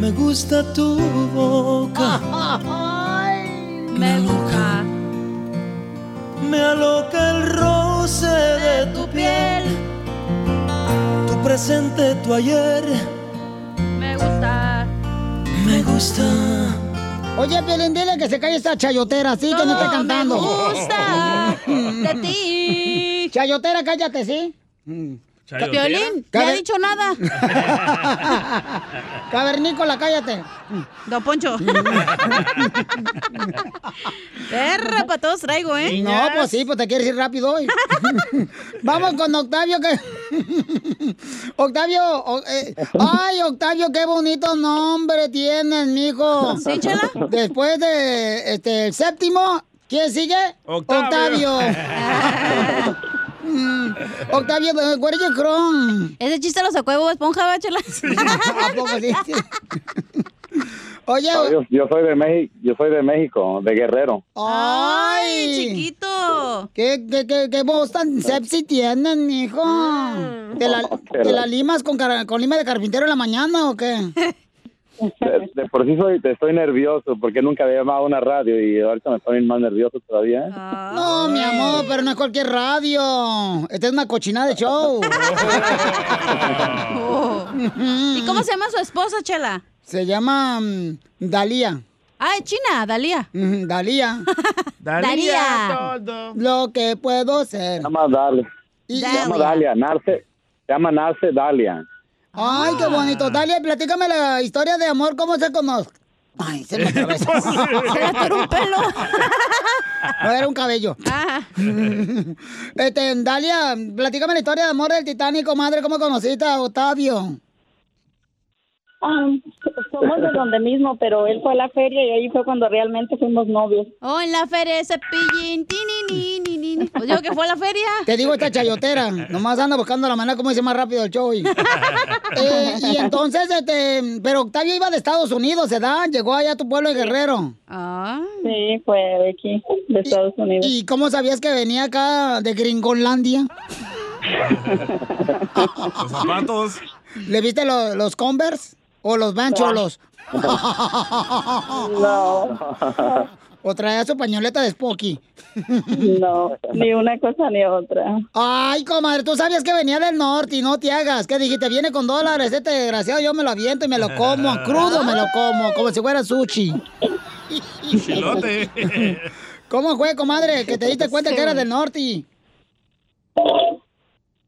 S7: Me gusta tu boca. Me aloca. Me aloca el roce de tu piel. Tu presente, tu ayer.
S10: Me gusta.
S7: Me gusta.
S4: Oye, Pelín, dile que se calle esta chayotera, sí, que no esté cantando.
S10: me gusta de ti.
S4: Chayotera, cállate, ¿sí?
S5: Mm, ¿Chayotera?
S10: Piolín, ya ha
S4: Cabe-
S10: dicho nada.
S4: Cavernícola, cállate.
S10: Don Poncho. Perra, para todos traigo, ¿eh?
S4: No, pues sí, pues te quieres ir rápido hoy. Vamos con Octavio que. Octavio, o- eh, ay, Octavio, qué bonito nombre tienes, mijo.
S10: ¿Sí, chela?
S4: Después de este el séptimo, ¿quién sigue?
S7: Octavio.
S4: Octavio. Mm, Octavio, eh, Guerrillo Cron.
S10: Ese chiste lo sacó de Bob Esponja, báchela.
S4: ¿A poco sí? Oye,
S11: No, Ah, yo, yo soy de México, yo soy de México, de Guerrero.
S4: ay,
S10: chiquito.
S4: ¿Qué, qué, qué, qué voz tan sexy tienes, mijo?
S10: Ah.
S4: ¿Te la, te la limas con, cara- con lima de carpintero en la mañana o qué?
S11: De, de por sí soy, estoy nervioso porque nunca había llamado a una radio y ahorita me ponen más nervioso todavía. ¿eh?
S4: No, mi amor, pero no es cualquier radio. Esta es una cochinada de show.
S10: Oh. ¿Y cómo se llama su esposa, chela?
S4: Se llama mm, Dalía.
S10: Ah, es China, Dalía.
S4: Dalía.
S10: Daría.
S4: Lo que puedo ser.
S11: Se llama Dalia. Se llama Dalia, Narce. Se llama Narce Dalia.
S4: Ay, qué bonito. Dalia, platícame la historia de amor, cómo se conoce. Ay, se me atoró eso. Se me atoró un pelo. No, era un cabello. Este, Dalia, platícame la historia de amor del Titánico, madre, ¿cómo conociste a Octavio?
S13: Ah, somos de donde mismo, pero él fue a la feria y ahí fue cuando realmente fuimos novios.
S10: Oh, en la feria ese pillín. Ti, ni, ni, ni, ni. Pues digo que fue a la feria.
S4: Te digo esta chayotera, nomás anda buscando la manera como dice más rápido el show. hoy. Eh, y entonces, este, pero Octavio iba de Estados Unidos, ¿verdad? Llegó allá a tu pueblo de Guerrero.
S13: Sí, fue de aquí, de Estados Unidos.
S4: ¿Y cómo sabías que venía acá de Gringolandia?
S5: Los zapatos.
S4: ¿Le viste lo- los Converse o los Bancholos?
S13: No.
S4: ¿O traía su pañoleta de Spocky?
S13: No, ni una cosa ni otra.
S4: Ay, comadre, tú sabías que venía del norte y no te hagas. ¿Qué dijiste? Viene con dólares, este desgraciado, yo me lo aviento y me lo como. Crudo me lo como, como si fuera sushi.
S5: Chilote.
S4: ¿Cómo fue, comadre, que te diste cuenta que era del norte? y-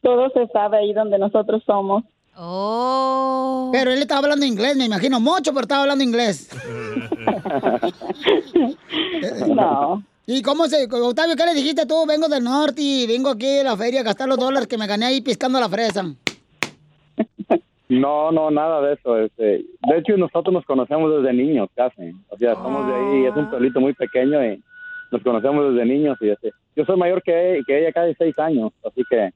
S13: Todo se sabe ahí donde nosotros somos.
S10: Oh.
S4: Pero él estaba hablando inglés, me imagino. Mucho, pero estaba hablando inglés.
S13: No.
S4: ¿Y cómo se...? Octavio, ¿qué le dijiste tú? Vengo del norte y vengo aquí a la feria a gastar los dólares que me gané ahí piscando la fresa.
S11: No, no, nada de eso. este, de hecho, nosotros nos conocemos desde niños, casi. O sea, somos de ahí,
S10: Ah.
S11: es un pueblito muy pequeño y nos conocemos desde niños. Y este, yo soy mayor que, que ella cada seis años, así que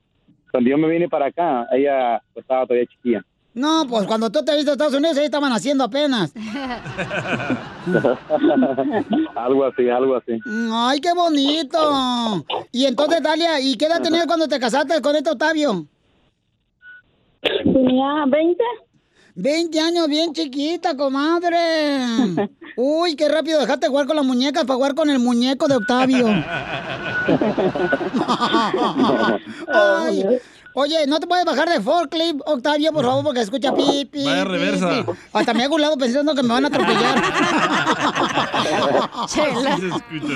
S11: cuando yo me vine para acá, ella pues, estaba todavía chiquilla.
S4: No, pues cuando tú te viste a Estados Unidos, ahí estaban haciendo apenas.
S11: algo así, algo así.
S4: Ay, qué bonito. Y entonces, Dalia, ¿y qué edad tenías cuando te casaste con este Octavio?
S13: Tenía 20.
S4: 20 años, bien chiquita, comadre. Uy, qué rápido dejaste de jugar con las muñecas para jugar con el muñeco de Octavio. Ay, Oye, ¿no te puedes bajar de forklift, Octavio, por favor? Porque escucha pipi. Pi,
S5: Vaya
S4: pi, pi.
S5: reversa.
S4: Hasta me he burlado pensando que me van a atropellar.
S5: Sí se escucha.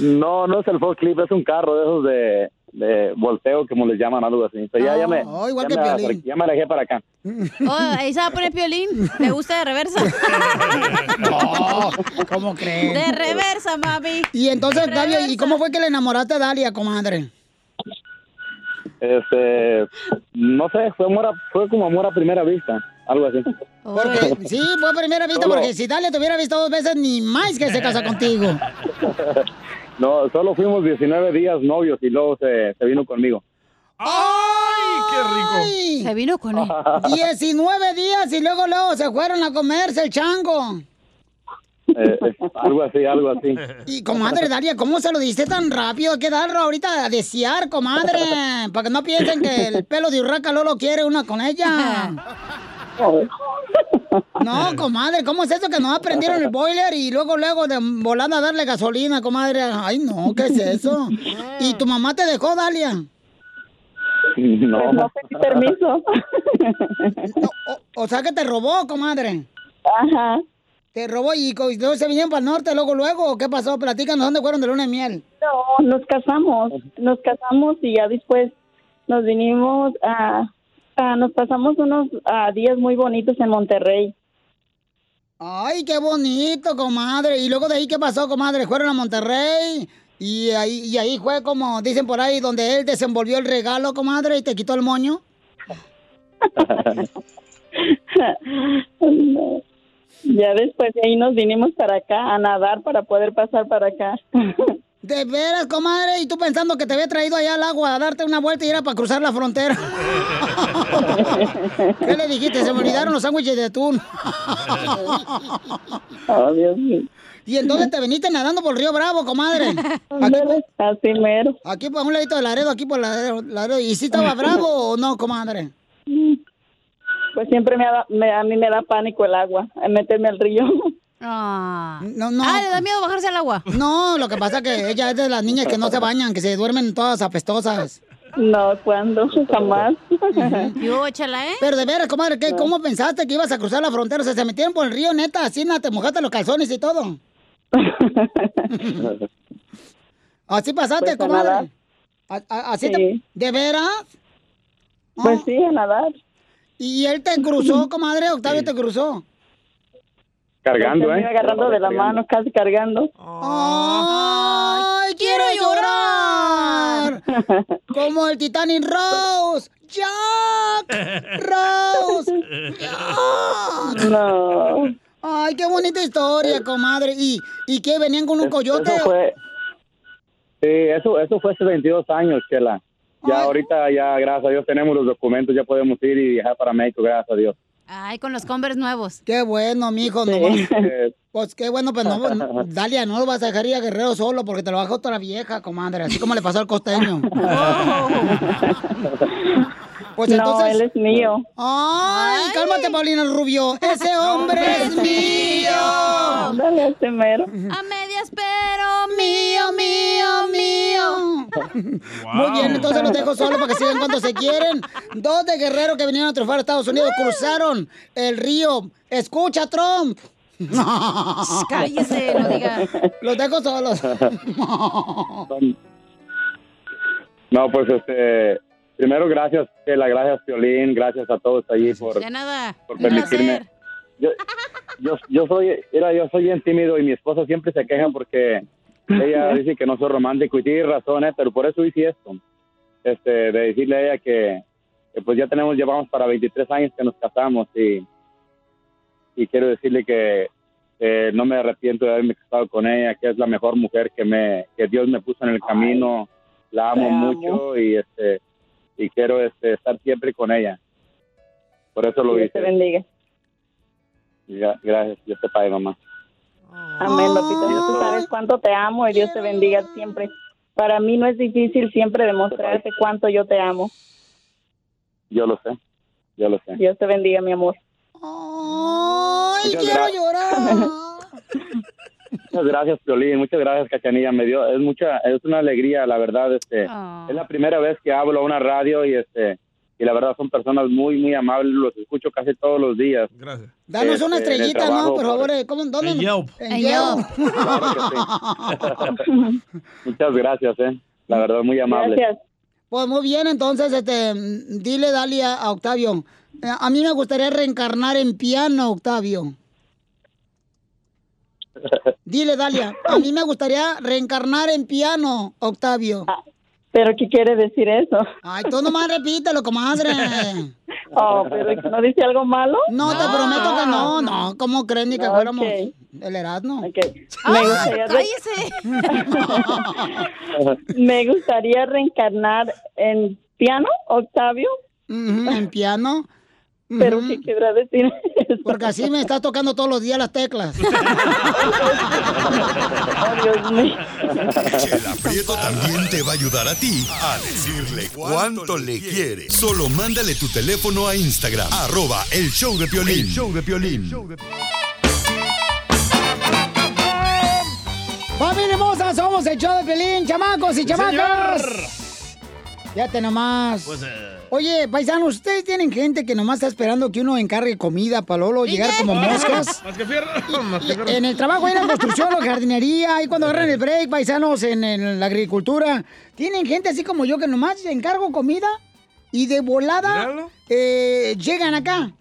S11: No, no es el Ford Clip, es un carro de esos de, de volteo, como les llaman, algo así. Pero ya, ya me,
S10: Oh, igual que
S11: ya me-
S10: Piolín.
S11: ya me alejé para acá.
S10: Oh, ahí se va a poner piolín. ¿Te gusta de reversa? Oh,
S4: ¿Cómo crees?
S10: De reversa, mami.
S4: Y entonces, Octavio, ¿y cómo fue que le enamoraste a Dalia, comadre?
S11: Este, no sé, fue, amor a- fue como amor a primera vista, algo así.
S4: Porque, sí, fue a primera vista,
S11: Solo.
S4: porque si Dalia te hubiera visto dos veces, ni más que se casa contigo.
S11: No, solo fuimos 19 días novios y luego se, se vino conmigo.
S4: ¡Ay, qué rico!
S10: Se vino con él.
S4: 19 días y luego, luego se fueron a comerse el chango.
S11: Eh, eh, algo así, algo así.
S4: Y comadre Dalia, ¿cómo se lo diste tan rápido? ¿Qué darlo ahorita a desear, comadre? Para que no piensen que el pelo de Urraca Lolo quiere una con ella. No, comadre, ¿cómo es eso que no aprendieron el boiler y luego, luego de volada a darle gasolina, comadre? Ay, no, ¿qué es eso? ¿Y tu mamá te dejó, Dalia?
S11: No.
S13: Pues No pedí permiso.
S4: O sea que te robó, comadre.
S13: Ajá.
S4: Te robó y co- y luego se vinieron para el norte, luego, luego, ¿o ¿qué pasó? Platícanos, ¿dónde fueron de luna de miel?
S13: No, nos casamos, nos casamos y ya después nos vinimos a, a- nos pasamos unos ah, días muy bonitos en Monterrey.
S4: Ay, qué bonito, comadre. Y luego de ahí, ¿qué pasó, comadre? Fueron a Monterrey y ahí, y ahí fue como dicen por ahí, donde él desenvolvió el regalo, comadre, y te quitó el moño.
S13: No. Ya después de ahí nos vinimos para acá a nadar para poder pasar para acá.
S4: De veras, comadre, y tú pensando que te había traído allá al agua a darte una vuelta y era para cruzar la frontera. ¿Qué le dijiste? Se me olvidaron los sándwiches de atún.
S13: Oh, Dios mío.
S4: Y entonces te veniste nadando por el Río Bravo, comadre.
S13: Así mero.
S4: Aquí por un ladito de Laredo, aquí por Laredo. Laredo. ¿Y si estaba bravo o no, comadre?
S13: Pues siempre me, da- me- a mí me da pánico el agua, a meterme al río.
S4: No, no. Ah, le da miedo bajarse al agua. No, lo que pasa que ella es de las niñas que no se bañan, que se duermen todas apestosas.
S13: No, ¿cuándo? Jamás.
S10: Yo, échala, ¿eh?
S4: Pero de veras, comadre, ¿qué, ¿cómo pensaste que ibas a cruzar la frontera? O sea, se metieron por el río, neta, así, na, te mojaste los calzones y todo. Así pasaste,
S13: Pues, a nadar.
S4: comadre. A- a- así te-
S13: Sí.
S4: ¿De veras?
S13: Pues sí, a nadar.
S4: Ah. ¿Y él te cruzó, comadre? ¿Octavio te cruzó?
S11: Cargando,
S13: Me
S11: ¿eh?
S13: iba agarrando de la mano, casi cargando.
S4: ¡Ay, quiero llorar! Como el Titanic Rose. ¡Jack! ¡Rose!
S13: No.
S4: ¡Ay, qué bonita historia, comadre! ¿Y, y qué? ¿Venían con un coyote?
S11: Eso fue. Sí, eso, eso fue hace 22 años, Chela. Ya ahorita, ya, gracias a Dios, tenemos los documentos, ya podemos ir y viajar para México, gracias a Dios.
S10: Ay, con los Converse nuevos.
S4: Qué bueno, mijo, no
S11: Sí.
S4: más. Pues qué bueno, pues no, no- Dalia, no lo vas a dejar ir a Guerrero solo porque te lo baja otra vieja, comadre, así como le pasó al costeño. Pues
S13: No,
S4: entonces...
S13: él es mío.
S4: Ay, cálmate, Paulina Rubio. Ese hombre es mío.
S13: Dale a este mero.
S10: A medias, pero mío, mío, mío.
S4: Muy bien, entonces los dejo solo para que sigan cuando se quieren. Dos de guerreros que vinieron a triunfar a Estados Unidos cruzaron el río. Escucha, Trump.
S10: Cállese, no diga.
S4: Los dejo solos.
S11: No, pues este. Primero, gracias, Chela, gracias, Piolín, gracias a todos allí por,
S10: Ya nada.
S11: por
S10: Un placer.
S11: permitirme. Yo, yo, yo soy, era, yo soy bien tímido y mi esposa siempre se queja porque ella dice que no soy romántico y tiene razón, ¿eh? pero por eso hice esto, este, de decirle a ella que, que, pues ya tenemos, llevamos para 23 años que nos casamos y, y quiero decirle que eh, no me arrepiento de haberme casado con ella, que es la mejor mujer que me, que Dios me puso en el camino, la amo,
S13: te amo.
S11: mucho y este, y quiero este, estar siempre con ella. Por eso lo
S13: Dios
S11: hice.
S13: te bendiga.
S11: Ya, gracias, Dios te pague, mamá.
S13: Amén, papito. Dios, tú sabes cuánto te amo y Dios te bendiga siempre. Para mí no es difícil siempre demostrarte cuánto yo te amo.
S11: Yo lo sé, yo lo sé.
S13: Dios te bendiga, mi amor.
S4: Ay,
S11: Muchas
S4: quiero
S11: gra-
S4: llorar.
S11: Muchas gracias, Piolín, muchas gracias, Cachanilla. Me dio, es mucha, es una alegría, la verdad, este,
S10: Ah.
S11: es la primera vez que hablo a una radio y este, y la verdad son personas muy, muy amables, los escucho casi todos los días. Este, Gracias.
S4: Danos una estrellita, ¿no? Por favor, eh, ¿cómo? ¿Dónde?
S11: En Yelp.
S4: En Yelp.
S11: Muchas gracias, eh. La verdad, muy amable.
S4: Pues muy bien, entonces, este, mm, dile, Dalia, a Octavio. eh, A mí me gustaría reencarnar en piano, Octavio. Dile, Dalia, a mí me gustaría reencarnar en piano, Octavio.
S13: Ah. ¿Pero qué quiere decir eso?
S4: Ay, tú nomás repítelo, comadre.
S13: Oh, pero ¿no dice algo malo?
S4: No, te prometo que no, no. ¿Cómo creen ni que
S13: No,
S4: fuéramos
S13: ok.
S4: el Erasmo? Ah,
S13: Me gustaría re- Me gustaría reencarnar en piano, Octavio.
S4: en piano.
S13: Pero ¿qué querrá decir eso?
S4: Mm. Porque así me estás tocando todos los días las teclas.
S2: El aprieto también te va a ayudar a ti a decirle cuánto le quiere. Solo mándale tu teléfono a Instagram, arroba el show de Piolín.
S9: El
S2: show de Piolín.
S4: ¡Familia hermosa! Somos el show de Pelín, chamacos y chamacas. Fíjate nomás.
S5: Pues, eh.
S4: Oye, paisanos, ¿ustedes tienen gente que nomás está esperando que uno encargue comida para Lolo llegar como moscas?
S5: Más que fierro. Más que fierro.
S4: En el trabajo, en la construcción, la jardinería, ahí cuando agarran el break, paisanos, en, en la agricultura. Tienen gente así como yo que nomás encargo comida y de volada eh, llegan acá.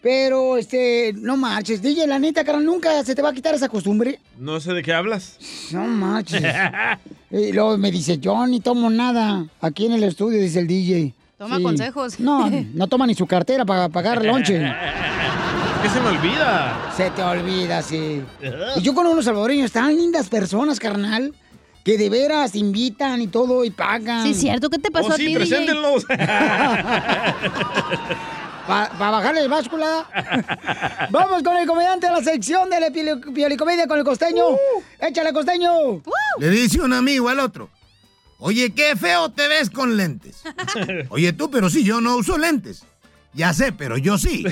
S4: Pero, este, no marches, DJ, la neta, cara, nunca se te va a quitar esa costumbre.
S5: No sé de qué hablas.
S4: No marches. Y luego me dice, yo ni tomo nada. Aquí en el estudio, dice el DJ.
S10: Toma consejos.
S4: No, no toma ni su cartera para pagar el lonche.
S5: Es que se me olvida.
S4: Se te olvida, sí. Y yo con unos salvadoreños, tan lindas personas, carnal, que de veras invitan y todo y pagan.
S10: Sí, cierto. ¿Qué te pasó
S5: Oh,
S10: a
S5: sí,
S10: ti, DJ?
S5: preséntenlos.
S4: Para bajarle el báscula. Vamos con el comediante a la sección de la pili- piolicomedia con el costeño.
S10: Uh.
S4: Échale, costeño.
S14: Le dice un amigo al otro. Oye, qué feo te ves con lentes. Oye, tú, pero si yo no uso lentes. Ya sé, pero yo sí.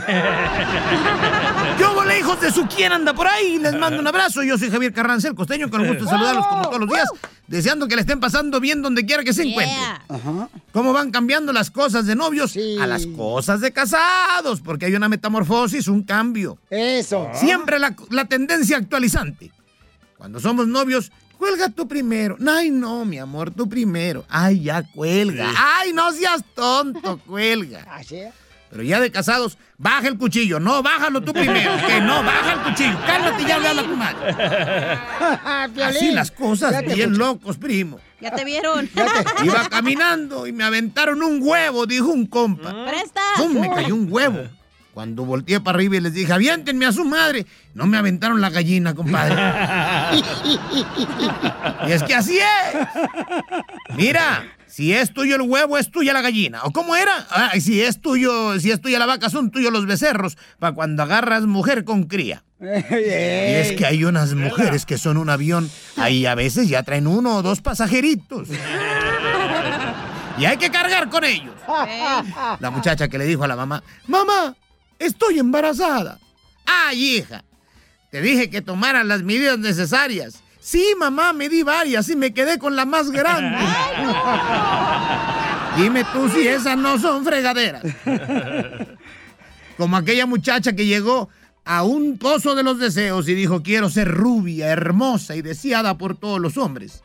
S15: Yo volé, hijos de su quien anda por ahí. Les mando un abrazo. Yo soy Javier Carranza, el costeño, con el gusto de saludarlos como todos los días. Deseando que le estén pasando bien donde quiera que se encuentren. Cómo van cambiando las cosas de novios a las cosas de casados. Porque hay una metamorfosis, un cambio. Ah.
S4: Eso.
S15: Siempre la, la tendencia actualizante. Cuando somos novios, cuelga tú primero. Ay, no, mi amor, tú primero. Ay, ya cuelga. Ay, no seas tonto, cuelga. Pero ya de casados, baja el cuchillo. No, bájalo tú primero. Que no, baja el cuchillo. Cálmate y ya le habla a tu madre. Así las cosas, bien locos, primo.
S10: Ya te vieron.
S15: Iba caminando y me aventaron un huevo, dijo un compa.
S10: Mm. ¡Presta!
S15: ¡Pum! Me cayó un huevo. Cuando volteé para arriba y les dije, aviéntenme a su madre. No me aventaron la gallina, compadre. y es que así es. Mira, si es tuyo el huevo, es tuya la gallina. ¿O cómo era? Ah, y si es tuyo, si es tuya la vaca, son tuyos los becerros. Para cuando agarras mujer con cría. Y es que hay unas mujeres que son un avión. Ahí a veces ya traen uno o dos pasajeritos. Y hay que cargar con ellos. La muchacha que le dijo a la mamá, mamá, estoy embarazada. Ay, hija, te dije que tomaras las medidas necesarias. Sí, mamá, me di varias y me quedé con la más grande. Dime tú si esas no son fregaderas. Como aquella muchacha que llegó a un pozo de los deseos y dijo, quiero ser rubia, hermosa y deseada por todos los hombres.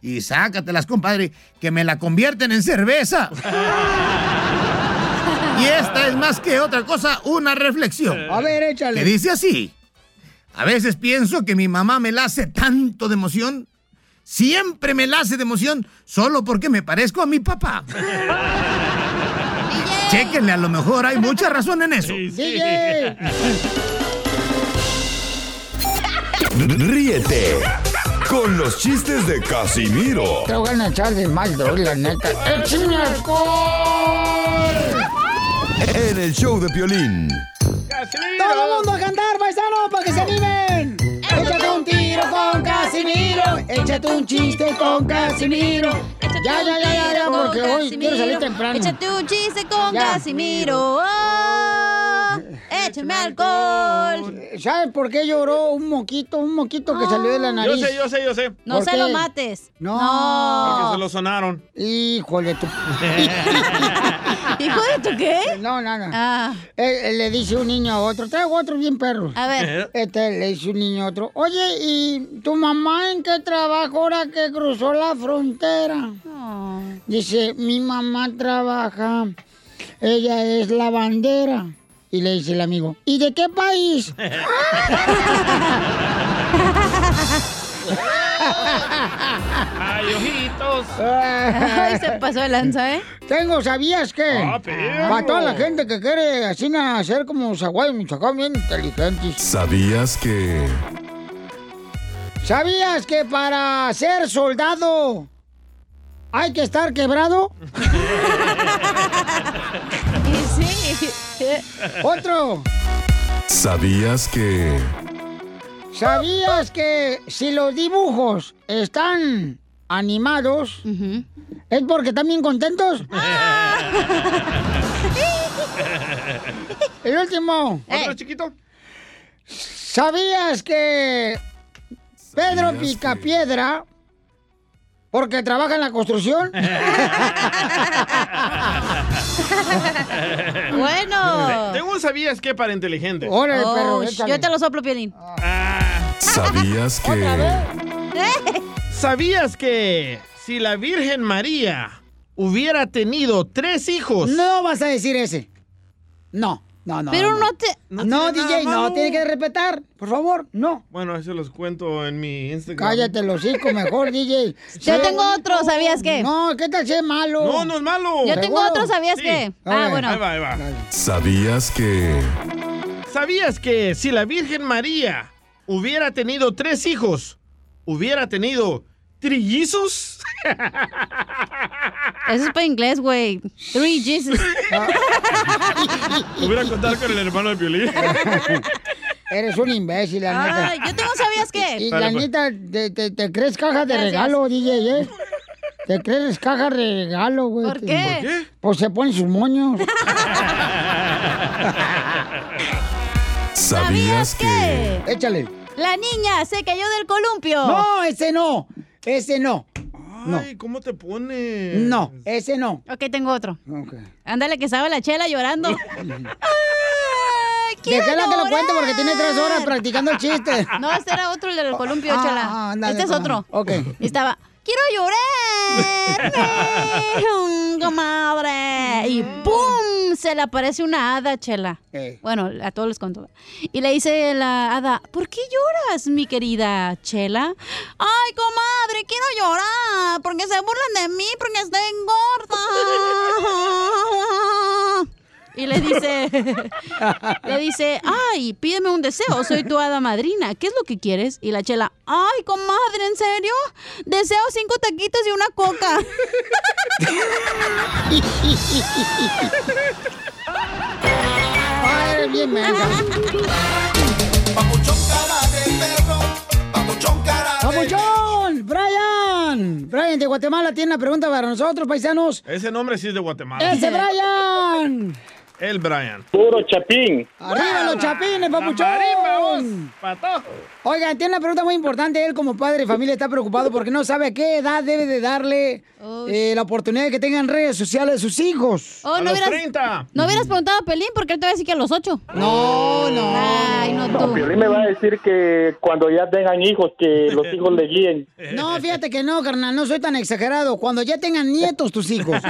S15: Y sácatelas, compadre, que me la convierten en cerveza. Y esta es más que otra cosa, una reflexión.
S4: A ver, échale.
S15: Que dice así. A veces pienso que mi mamá me la hace tanto de emoción. Siempre me la hace de emoción solo porque me parezco a mi papá. Chequenle, a lo mejor hay mucha razón en eso.
S2: Ríete con los chistes de Casimiro
S4: Te voy a echar de mal, bro, la neta.
S10: Eh,
S4: ¡Échame
S2: en el show de Piolín.
S4: ¡Todo el mundo a cantar, paisano, para que se animen! ¡Échate un tiro con Casimiro! ¡Échate un chiste con Casimiro! Ya, ya, ya, ya, ya,
S10: Con
S4: porque hoy
S10: Casimiro.
S4: quiero salir temprano.
S10: Échate un chiste con
S4: Ya. Eh,
S10: Casimiro. Oh, échame alcohol. Ah.
S4: ¿Saben por qué lloró un moquito, un moquito que salió de la
S5: Yo
S4: nariz?
S5: sé, yo sé, yo sé.
S10: No
S4: ¿Por
S10: se
S4: qué?
S10: lo mates.
S5: Porque se
S10: No.
S5: lo sonaron.
S4: Híjole, tú.
S10: ¿Hijo de tu qué? Ah.
S4: No, no, no. Eh, eh, le dice un niño a otro, traigo otro bien perro.
S10: A ver.
S4: Este le dice un niño a otro, oye, ¿y tu mamá en qué trabaja ahora que cruzó la frontera?
S10: Oh.
S4: Dice, mi mamá trabaja, ella es la bandera. Y le dice el amigo, ¿y de qué país?
S5: Ay, ojitos.
S10: Ay, se pasó de lanza, ¿eh?
S4: Tengo, ¿sabías qué?
S5: perro.
S4: Para toda la gente que quiere así na- ser como Zaguay, Michoacán, bien inteligentes.
S2: ¿Sabías que...
S4: ¿Sabías que para ser soldado hay que estar quebrado?
S10: Y sí.
S4: Otro.
S2: ¿Sabías que...
S4: ¿Sabías que si los dibujos están animados, es porque están bien contentos?
S10: Ah.
S4: El último. Eh.
S5: ¿Otro chiquito?
S4: ¿Sabías que Pedro Picapiedra, porque trabaja en la construcción?
S10: Bueno.
S5: Tengo un sabías que para inteligente.
S4: Órale,
S10: Oh, sh- yo te lo soplo, Piolín.
S2: ¿Sabías que...
S5: ¿Sabías que si la Virgen María hubiera tenido tres hijos?
S4: No vas a decir ese. No, no, no.
S10: Pero no te...
S4: No,
S5: tiene
S4: DJ,
S5: nada
S4: no,
S5: malo.
S4: tiene que respetar, por favor, no.
S5: Bueno, eso los cuento en mi Instagram.
S4: Cállate los hocico mejor, DJ.
S10: Yo tengo otro, ¿sabías qué?
S4: No, ¿qué tal si es malo?
S5: No, no es malo.
S10: Yo tengo
S4: ¿Seguro?
S10: otro, ¿sabías
S5: Sí.
S10: qué? Ah,
S4: Ahí
S10: bueno.
S5: Ahí va, ahí va.
S2: ¿Sabías que...
S5: ¿Sabías que si la Virgen María hubiera tenido tres hijos, hubiera tenido trillizos?
S10: Eso es para inglés, güey. Three Jesus.
S4: Ah.
S5: Hubiera contado con el hermano de Piolín.
S4: Eres un imbécil, la neta.
S10: Ay, yo tengo, ¿sabías
S4: Y
S10: qué?
S4: la
S5: Dale, pues.
S4: neta, te, te- te crees caja de
S10: Gracias.
S4: regalo, DJ, ¿eh? Te crees caja de regalo, güey.
S10: ¿Por qué?
S4: Pues se ponen sus moños.
S7: ¿Sabías que?
S4: Échale.
S10: La niña se cayó del columpio.
S4: No, ese no. Ese no.
S5: Ay, ¿cómo te pones?
S4: No, ese no.
S10: Ok, tengo otro. Ándale, que estaba la chela llorando. quiero
S4: Déjala que lo
S10: llorar.
S4: cuente porque tiene tres horas practicando el chiste.
S10: No, este era otro, el del columpio,
S4: Ah,
S10: chala.
S4: ah, ándale,
S10: este es
S4: cómo
S10: otro.
S4: no. Ok.
S10: Y estaba, quiero llorar, me- comadre. Y ¡pum! Se le aparece una hada, chela.
S4: Ey.
S10: Bueno, a todos les contó. Y le dice la hada, ¿por qué lloras, mi querida chela? Ay, comadre, quiero llorar, porque se burlan de mí, porque estoy gorda. Y le dice, le dice, ay, pídeme un deseo, soy tu hada madrina, ¿qué es lo que quieres? Y la chela, ay, comadre, ¿en serio? Deseo cinco taquitos y una coca.
S4: Ay, bien mensa. ¡Papuchón! ¡Brian! Brian de Guatemala tiene una pregunta para nosotros, paisanos.
S5: Ese nombre sí es de Guatemala.
S4: ¡Ese Brian!
S5: El Brian.
S23: Puro chapín.
S4: ¡Arriba los chapines, papuchón! Oigan, tiene una pregunta muy importante. Él, como padre de familia, está preocupado porque no sabe a qué edad debe de darle eh, la oportunidad de que tengan redes sociales sus hijos.
S10: Oh, no hubieras, No hubieras preguntado a Pelín porque él te va a decir que a los ocho. Ah. No, no. Ay, no tú.
S23: Piolín me va a decir que cuando ya tengan hijos, que los hijos le guíen.
S4: No, fíjate que no, carnal, no soy tan exagerado. Cuando ya tengan nietos tus hijos.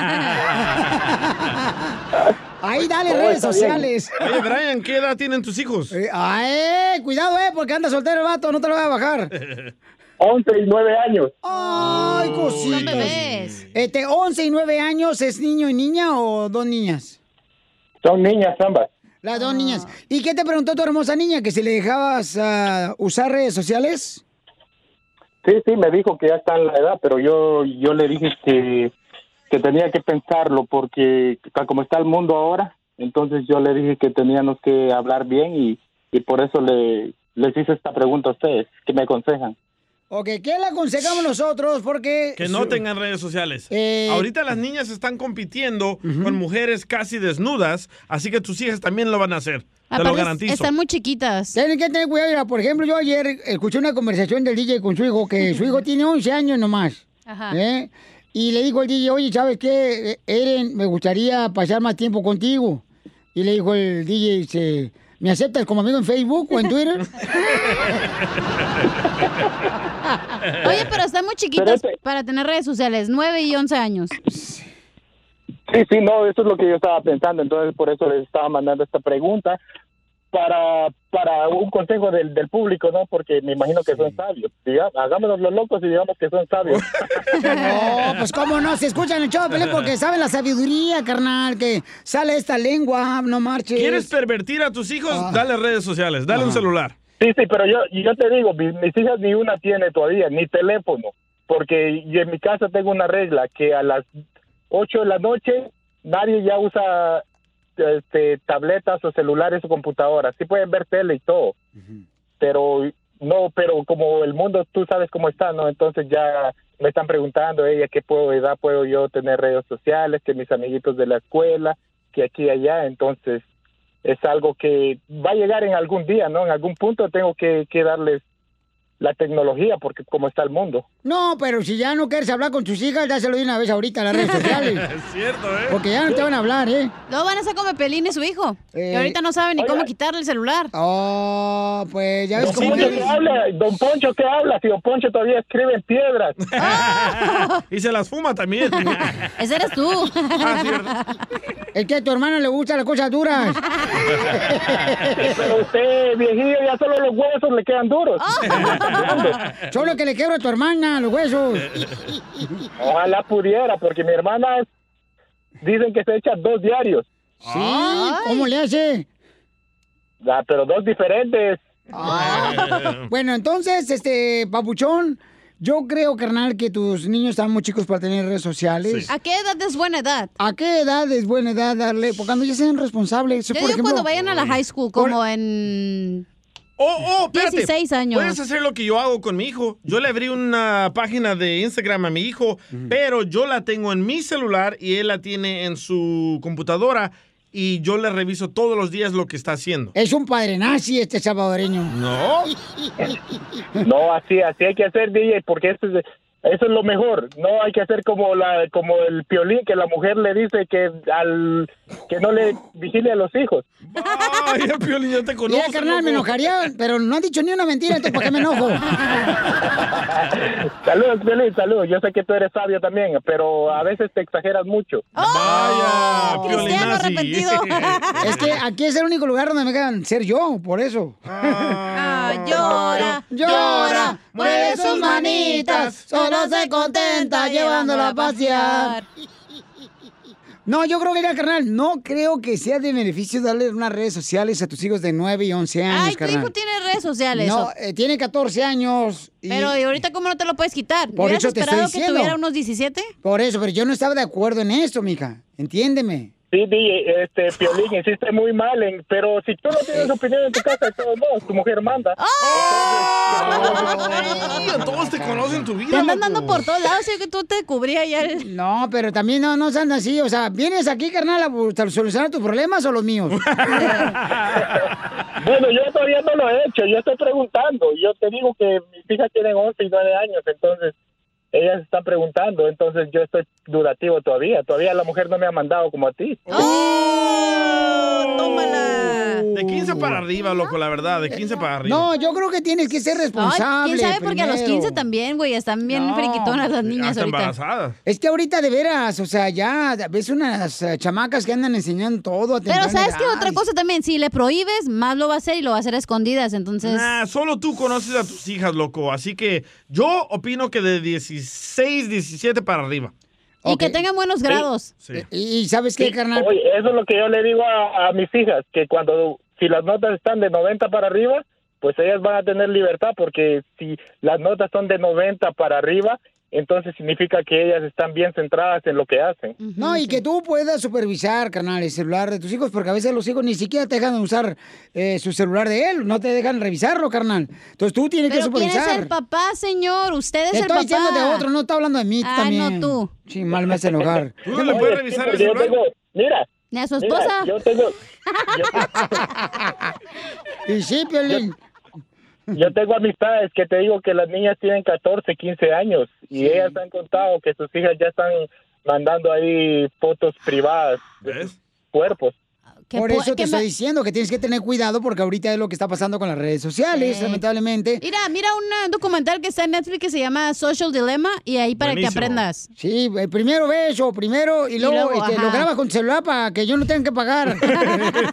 S4: Ahí dale
S5: Oh,
S4: redes
S5: está bien.
S4: sociales. Eh,
S5: Oye, Brian, ¿qué edad tienen tus hijos?
S4: Ay, cuidado, eh, porque anda soltero el vato, no te lo voy a bajar.
S23: 11 y 9 años.
S4: Ay, cositas. Este, 11 y 9 años, ¿es niño y niña o dos niñas?
S23: Son niñas ambas.
S4: Las dos niñas. ¿Y qué te preguntó tu hermosa niña? ¿Que si le dejabas ah, usar redes sociales?
S23: Sí, sí, me dijo que ya está en la edad, pero yo, yo le dije que, que tenía que pensarlo porque tal como está el mundo ahora, entonces yo le dije que teníamos que hablar bien y, y por eso le, les hice esta pregunta a ustedes, que me aconsejan.
S4: Ok, ¿qué le aconsejamos nosotros? Porque...
S5: Que no tengan redes sociales.
S4: Eh,
S5: Ahorita las niñas están compitiendo con mujeres casi desnudas, así que tus hijas también lo van a hacer.
S4: Ah,
S5: Te lo
S10: Aparte,
S5: garantizo.
S10: están muy chiquitas.
S4: Tienen que tener cuidado. Mira, por ejemplo, yo ayer escuché una conversación del DJ con su hijo, que su hijo tiene 11 años nomás.
S10: Ajá.
S4: ¿eh? Y le dijo el DJ, oye, ¿sabes qué? Eh, Eren, me gustaría pasar más tiempo contigo. Y le dijo el DJ, dice, ¿me aceptas como amigo en Facebook o en Twitter?
S10: Oye, pero están muy chiquitas para tener redes sociales, 9 y 11 años.
S23: Sí, sí, no, eso es lo que yo estaba pensando, entonces por eso les estaba mandando esta pregunta para, para un consejo del, del público, ¿no? Porque me imagino que son sabios. Diga, hagámonos los locos y digamos que son sabios.
S4: No, pues cómo no, se escuchan el show, Pelín, porque saben la sabiduría, carnal, que sale esta lengua, ah, no marches.
S5: ¿Quieres pervertir a tus hijos?
S4: Ah.
S5: Dale redes sociales, dale un celular.
S23: Sí, sí, pero yo, yo te digo, mi- mis hijas ni una tiene todavía, ni teléfono, porque yo en mi casa tengo una regla que a las 8 de la noche nadie ya usa este, tabletas o celulares o computadoras. Sí pueden ver tele y todo, pero no, pero como el mundo tú sabes cómo está, ¿no? Entonces ya me están preguntando, ella, ¿qué puedo, edad puedo yo tener redes sociales? Que mis amiguitos de la escuela, que aquí y allá, entonces es algo que va a llegar en algún día, ¿no? En algún punto tengo que, que darles la tecnología porque como está el mundo.
S4: No, pero si ya no quieres hablar con tus hijas, dáselo de una vez ahorita a las redes sociales.
S5: cierto, ¿eh?
S4: Porque ya no te van a hablar, ¿eh?
S10: Luego van a ser como Pelín y su hijo. que ahorita no sabe ni cómo quitarle el celular.
S4: Oh, pues ya ves
S23: don
S4: cómo
S23: Poncho,
S4: eres.
S23: ¿qué habla? Don Poncho, ¿qué habla? Si Don Poncho todavía escribe en piedras.
S5: y se las fuma también.
S10: Ese eres tú.
S5: Ah,
S4: Es que a tu hermana le gustan las cosas duras.
S23: Pero usted, viejillo, ya solo los huesos le quedan duros.
S4: Ah. Solo que le quebro a tu hermana, los huesos.
S23: Ojalá pudiera, porque mi hermana dicen que se echa dos diarios.
S4: Sí, ¿cómo le hace? Ah.
S23: Ah, pero dos diferentes.
S5: Ah.
S4: Bueno, entonces, este, papuchón, yo creo, carnal, que tus niños están muy chicos para tener redes sociales.
S10: ¿A qué edad es buena edad?
S4: ¿A qué edad es buena edad darle? Porque cuando ya sean responsables.
S10: Yo
S4: por
S10: digo
S4: ejemplo,
S10: cuando vayan a la high school, como en...
S5: Oh, oh, espérate.
S10: 16 años.
S5: Puedes hacer lo que yo hago con mi hijo. Yo le abrí una página de Instagram a mi hijo, pero yo la tengo en mi celular y él la tiene en su computadora. y yo le reviso todos los días lo que está haciendo.
S4: Es un padre nazi este salvadoreño.
S5: No.
S23: No, así, así hay que hacer, DJ, porque eso es, eso es lo mejor. No hay que hacer como la como el piolín que la mujer le dice que al que no le vigile a los hijos.
S5: Ay, el piolín yo te conozco.
S4: Mira, carnal, me enojaría, pero no han dicho ni una mentira, entonces ¿para qué me enojo?
S23: Saludos, Piolín, saludos. Yo sé que tú eres sabio también, pero a veces te exageras mucho.
S5: Vaya,
S23: Cristiano
S5: piolinazi.
S4: Es que aquí es el único lugar donde me quedan ser yo, por eso.
S10: Ah, llora,
S4: Ah, llora, mueve sus manitas, solo se contenta llevándola a pasear. No, yo creo que era carnal. No creo que sea de beneficio darle unas redes sociales a tus hijos de 9 y 11 años,
S10: Ay, tu
S4: carnal.
S10: hijo tiene redes sociales.
S4: No,
S10: o-
S4: eh, tiene 14 años. y-
S10: Pero ¿y ahorita cómo no te lo puedes quitar?
S4: Por
S10: ¿Hubieras
S4: eso te estoy
S10: esperado que
S4: diciendo.
S10: tuviera unos 17?
S4: Por eso, pero yo no estaba de acuerdo en esto, mija. Entiéndeme.
S23: Sí, DJ, este, Piolín, hiciste muy mal, en- pero si tú no tienes opinión en tu casa, de todos modos, tu mujer manda.
S5: Todos te conocen tu vida.
S10: Te andan
S5: loco.
S10: dando por todos lados, yo que tú te cubrías ya.
S4: No, pero también no, no sean así. O sea, ¿vienes aquí, carnal, a bu- a solucionar tus problemas o los míos?
S23: Bueno, yo todavía no lo he hecho, yo estoy preguntando. Yo te digo que mis hijas tienen 11 y 9 años, entonces ellas están preguntando, entonces yo estoy dudativo todavía. Todavía la mujer no me ha mandado como a ti.
S5: Oh. De 15 para arriba, loco, la verdad, de 15 para arriba.
S4: No, yo creo que tienes que ser responsable.
S10: Ay, quién sabe, porque a los
S4: primero.
S10: 15 también, güey, están bien friquitonas las niñas
S5: Hasta
S10: ahorita.
S5: embarazadas.
S4: Es que ahorita de veras, o sea, ya ves unas eh, chamacas que andan enseñando todo a
S10: Pero
S4: temprana
S10: sabes que
S4: edad.
S10: otra cosa también, si le prohíbes, más lo va a hacer y lo va a hacer a escondidas, entonces...
S4: Ah,
S5: Nah, solo tú conoces a tus hijas, loco. Así que yo opino que de 16, 17 para arriba.
S10: Y que tengan buenos grados.
S5: Sí.
S4: ¿Y sabes
S10: qué, carnal?
S23: Oye, eso es lo que yo le digo a, a mis hijas, que cuando, si las notas están de 90 para arriba, pues ellas van a tener libertad, porque si las notas son de 90 para arriba, entonces significa que ellas están bien centradas en lo que hacen.
S4: No, y que tú puedas supervisar, carnal, el celular de tus hijos, porque a veces los hijos ni siquiera te dejan usar eh, su celular de él, no te dejan revisarlo, carnal. Entonces tú tienes que
S10: Pero ¿quién es
S4: supervisar.
S10: el papá, señor? Usted es
S4: Te
S10: el
S4: estoy
S10: papá.
S4: diciendo de otro, no está hablando de mí, tú
S10: Ah,
S4: también.
S10: no tú.
S4: Sí, mal me hace enojar.
S5: Tú no le puedes revisar el celular.
S23: Mira.
S10: Ni a su
S23: Mira,
S10: esposa.
S23: yo tengo,
S4: Y sí, Piolín.
S23: Yo tengo amistades que te digo que las niñas tienen 14, 15 años y ellas han contado que sus hijas ya están mandando ahí fotos privadas de sus cuerpos.
S4: Por
S10: po-
S4: eso te
S10: que
S4: estoy
S10: ma-
S4: diciendo que tienes que tener cuidado porque ahorita es lo que está pasando con las redes sociales,
S10: Sí.
S4: lamentablemente.
S10: Mira, mira un eh, documental que está en Netflix que se llama Social Dilemma y ahí para que
S4: Buenísimo.
S10: aprendas.
S4: Sí, eh, primero beso, primero y
S10: Y
S4: luego,
S10: luego,
S4: este,
S10: ajá.
S4: lo grabas con tu celular para que yo no tenga que pagar.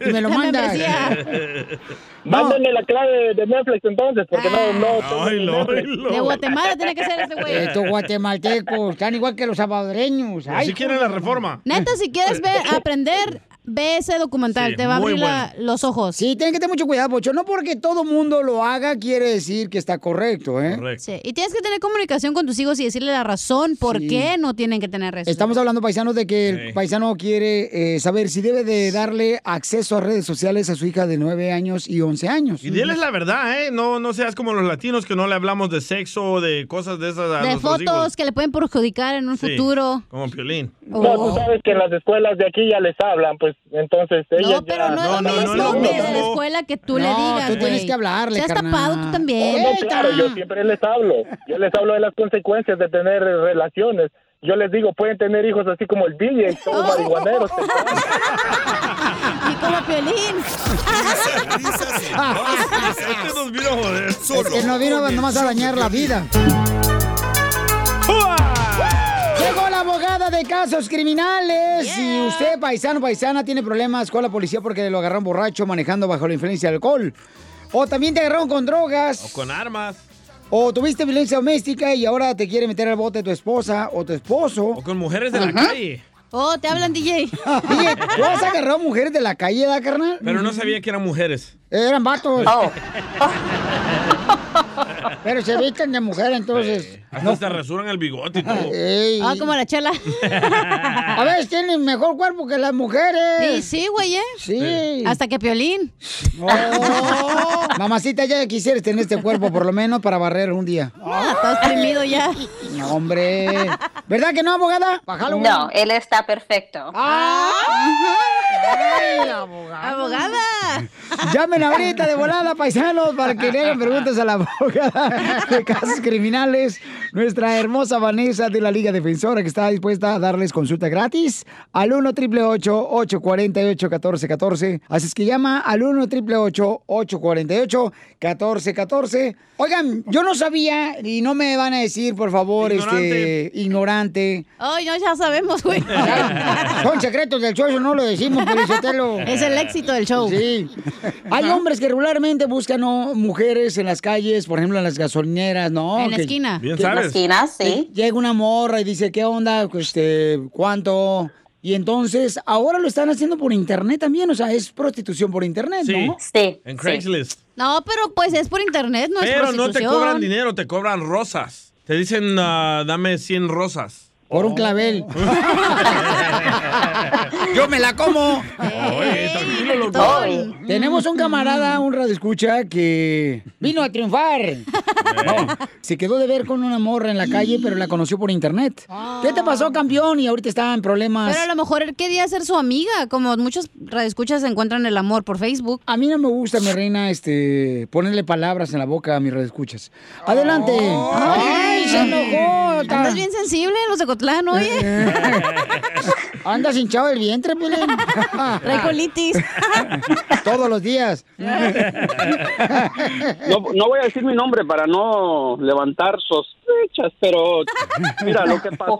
S4: y me lo
S23: La
S4: mandas.
S23: Mándenme la clave de Netflix entonces, porque no, no.
S10: Ah.
S23: tengo
S5: Ay, lo,
S23: Netflix.
S4: De
S10: Guatemala tiene que ser este güey.
S4: Estos guatemaltecos están igual que los salvadoreños.
S5: Pero sí quieren la reforma.
S10: Neta, si quieres ver, aprender, ve ese documental.
S4: Sí,
S10: te va a
S4: muy
S10: abrir la- los ojos.
S4: Sí, tienen que tener mucho cuidado, Pocho. No porque todo mundo lo haga quiere decir que está correcto, ¿eh?
S10: Sí, Y tienes que tener comunicación con tus hijos y decirle la razón por
S4: Sí.
S10: qué no tienen que tener redes.
S4: Estamos hablando, paisanos, de que el
S10: Sí.
S4: paisano quiere eh, saber si debe de darle acceso a redes sociales a su hija de 9 años y 11 años.
S5: Y diles la verdad, ¿eh? No, no seas como los latinos que no le hablamos de sexo, de cosas de esas a
S10: de
S5: nuestros
S10: fotos
S5: hijos.
S10: que le pueden perjudicar en un
S5: Sí,
S10: futuro. Oh.
S5: Como Piolín.
S23: No, pues, tú sabes que en las escuelas de aquí ya les hablan, pues entonces ellas ya...
S10: No, no, no, no, que de la escuela que tú le digas.
S23: tú
S10: güey.
S23: tienes que hablarle,
S10: Seas
S23: carnal.
S10: tapado tú también.
S23: No, no, claro, yo siempre les hablo. Yo les hablo de las consecuencias de tener eh, relaciones. Yo les digo, pueden tener hijos así como el DJ, todos marihuaneros.
S10: Y como Piolín.
S5: Este nos vino a joder.
S4: Es que no vino nomás a dañar la vida. Llegó la abogada de casos criminales. Si usted, paisano paisana, tiene problemas con la policía porque lo agarraron borracho manejando bajo la influencia del alcohol. O también te agarraron con drogas.
S5: O con armas.
S4: O tuviste violencia doméstica y ahora te quiere meter al bote tu esposa o tu esposo. O
S5: con mujeres de la calle.
S10: Oh, te hablan, DJ.
S4: DJ, ¿tú has agarrado mujeres de la calle, da, carnal?
S5: Pero no sabía que eran mujeres.
S4: Eran vatos.
S5: Oh.
S10: Oh.
S4: Pero se visten de mujer, entonces.
S5: Hasta se rasuran el bigote y todo.
S4: Ey.
S10: Ah, como la chela.
S4: A veces tienen mejor cuerpo que las mujeres.
S10: Y Ah. sí, güey, ¿eh?
S4: Sí.
S10: Hasta que Piolín.
S4: Mamacita, ya quisieras tener este cuerpo, por lo menos para barrer un día.
S10: Ah, estás oprimido ya.
S4: No, hombre. ¿Verdad que no, abogada? Bájalo.
S20: No, él está perfecto.
S4: Ah, ¡Ay,
S10: abogada!
S4: Llamen ahorita de volada, paisanos, para que le hagan preguntas a la abogada de casos criminales. Nuestra hermosa Vanessa de la Liga Defensora, que está dispuesta a darles consulta gratis al 1 888 848 1414 Así es que llama al 1 888 848 1414 Oigan, yo no sabía, y no me van a decir, por favor, este ignorante.
S10: Ay, no, ya sabemos, güey.
S4: Son secretos del show, eso no lo decimos, Pelizotelo.
S10: Es el éxito del show.
S4: Sí. Hay hombres que regularmente buscan ¿no? mujeres en las calles, por ejemplo, en las gasolineras, ¿no?
S10: En la
S4: Que-
S10: esquina. Bien
S4: que-
S10: sabes. En la esquina, Ah, sí.
S4: que eh, Llega una morra y dice, ¿qué onda? Este, ¿Cuánto? Y entonces, ahora lo están haciendo por internet también, o sea, es prostitución por internet, ¿no?
S10: Sí.
S5: En Craigslist.
S10: No, pero pues es por internet, no es
S5: Pero no te
S10: prostitución.
S5: cobran dinero, te cobran rosas. Te dicen, ah, dame 100 rosas. Oh.
S4: Por un clavel. Yo me la como.
S10: Ay.
S4: Mm. Tenemos un camarada, un radioescucha que vino a triunfar. Eh. No, se quedó de ver con una morra en la calle, pero la conoció por internet. ¿Qué te pasó, campeón? Y ahorita está en problemas.
S10: Ah. Pero a lo mejor él quería ser su amiga, como muchos radioescuchas encuentran el amor por Facebook.
S4: A mí no me gusta, mi reina, este, ponerle palabras en la boca a mis radioescuchas. Adelante. Ay, se enojó.
S10: Oh.
S4: Eh,
S10: Andas bien sensible, los de Cotlán, oye.
S4: Andas hinchado el vientre, Piolín.
S10: Trae colitis.
S4: Todos los días.
S16: No, no voy a decir mi nombre para no levantar sospechas, pero mira, lo que pasó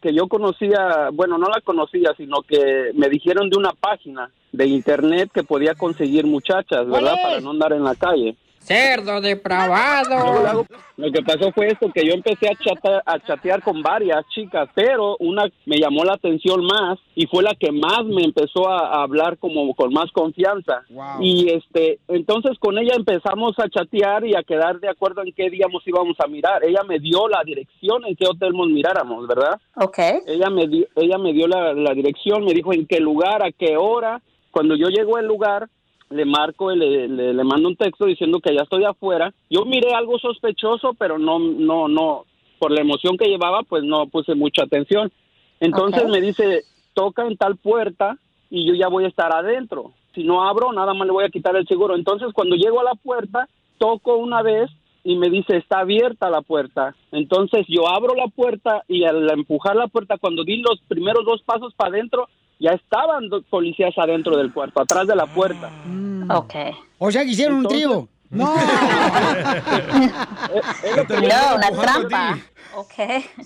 S16: que yo conocía, bueno, no la conocía, sino que me dijeron de una página de internet que podía conseguir muchachas, ¿verdad? Para no andar en la calle.
S4: Cerdo depravado.
S16: Lo que pasó fue esto, que yo empecé a, chata- a chatear con varias chicas, pero una me llamó la atención más y fue la que más me empezó a, a hablar como con más confianza. Y este, entonces con ella empezamos a chatear y a quedar de acuerdo en qué día nos íbamos a mirar. Ella me dio la dirección en qué hotel nos miráramos, ¿verdad?
S20: Ok.
S16: Ella me dio, ella me dio la, la dirección, me dijo en qué lugar, a qué hora. Cuando yo llego al lugar, le marco, y le, le, le mando un texto diciendo que ya estoy afuera. Yo miré algo sospechoso, pero no, no, no, por la emoción que llevaba, pues no puse mucha atención. Entonces
S24: Ok.
S16: me dice, toca en tal puerta y yo ya voy a estar adentro. Si no abro, nada más le voy a quitar el seguro. Entonces cuando llego a la puerta, toco una vez y me dice, está abierta la puerta. Entonces yo abro la puerta y al empujar la puerta, cuando di los primeros dos pasos para adentro, ya estaban dos policías adentro del cuarto, atrás de la puerta.
S20: Ok.
S4: O sea que hicieron un
S16: Entonces-
S4: trío. No.
S16: No,
S20: una trampa. Ok.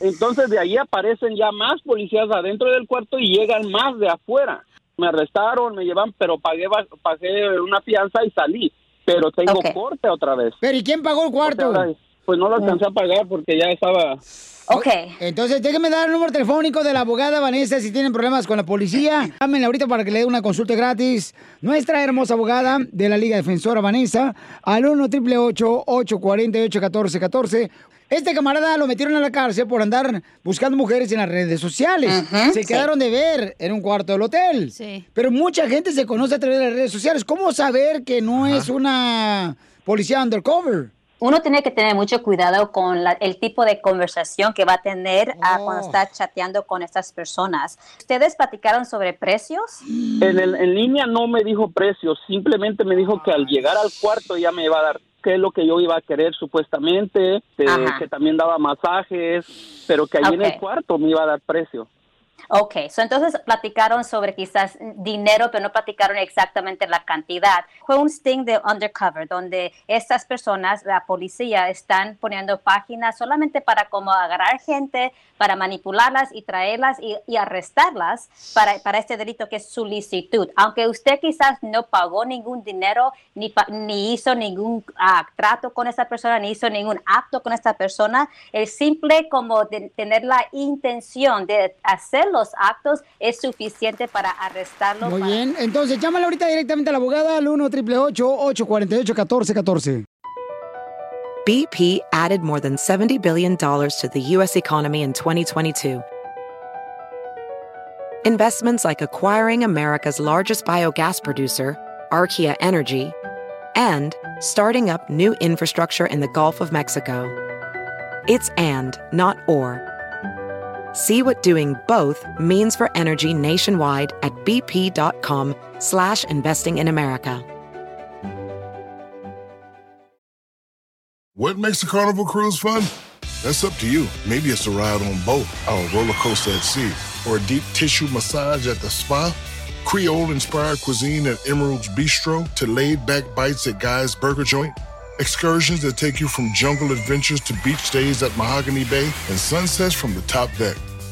S16: Entonces de ahí aparecen ya más policías adentro del cuarto y llegan más de afuera. Me arrestaron, me llevan, pero pagué, ba- pagué una fianza y salí. Pero tengo
S4: Ok.
S16: corte otra vez.
S4: ¿Pero y quién pagó el cuarto?
S16: pues no lo alcancé a pagar porque ya estaba...
S4: Ok. Oh, Entonces, déjenme dar el número telefónico de la abogada Vanessa si tienen problemas con la policía. Llámenle ahorita para que le dé una consulta gratis. Nuestra hermosa abogada de la Liga Defensora Vanessa al 1 848 1414 Este camarada lo metieron a la cárcel por andar buscando mujeres en las redes sociales.
S20: Ujú,
S4: se
S20: sí.
S4: quedaron de ver en un cuarto del hotel.
S20: Sí.
S4: Pero mucha gente se conoce a través de las redes sociales. ¿Cómo saber que no es una policía undercover?
S20: Uno tiene que tener mucho cuidado con la- el tipo de conversación que va a tener ah, cuando está chateando con estas personas. ¿Ustedes platicaron sobre precios?
S16: En, el- en línea no me dijo precio, simplemente me dijo que al llegar al cuarto ya me iba a dar qué es lo que yo iba a querer supuestamente, de-
S20: Ajá.
S16: que también daba masajes, pero que ahí en el
S20: Ok.
S16: cuarto me iba a dar precio.
S20: Ok, so entonces platicaron sobre quizás dinero, pero no platicaron exactamente la cantidad. Fue un sting de undercover, donde estas personas, la policía, están poniendo páginas solamente para como agarrar gente, para manipularlas y traerlas y, y arrestarlas para, para este delito que es solicitud. Aunque usted quizás no pagó ningún dinero, ni, pa- ni hizo ningún ah, trato con esta persona, ni hizo ningún acto con esta persona, el simple como de tener la intención de hacer los actos es suficiente para arrestarlo.
S4: Muy
S20: para-
S4: bien, entonces llámala ahorita directamente a la abogada al 1 848 1414
S1: BP added more than $70 billion to the U.S. economy in 2022. Investments like acquiring America's largest biogas producer, Archaea Energy, and starting up new infrastructure in the Gulf of Mexico. It's and, not or. See what doing both means for energy nationwide at bp.com slash investing in America.
S18: What makes a carnival cruise fun? That's up to you. Maybe it's a ride on boat, our roller coaster at sea, or a deep tissue massage at the spa, Creole inspired cuisine at Emerald's Bistro to laid back bites at Guy's Burger Joint, excursions that take you from jungle adventures to beach days at Mahogany Bay, and sunsets from the top deck.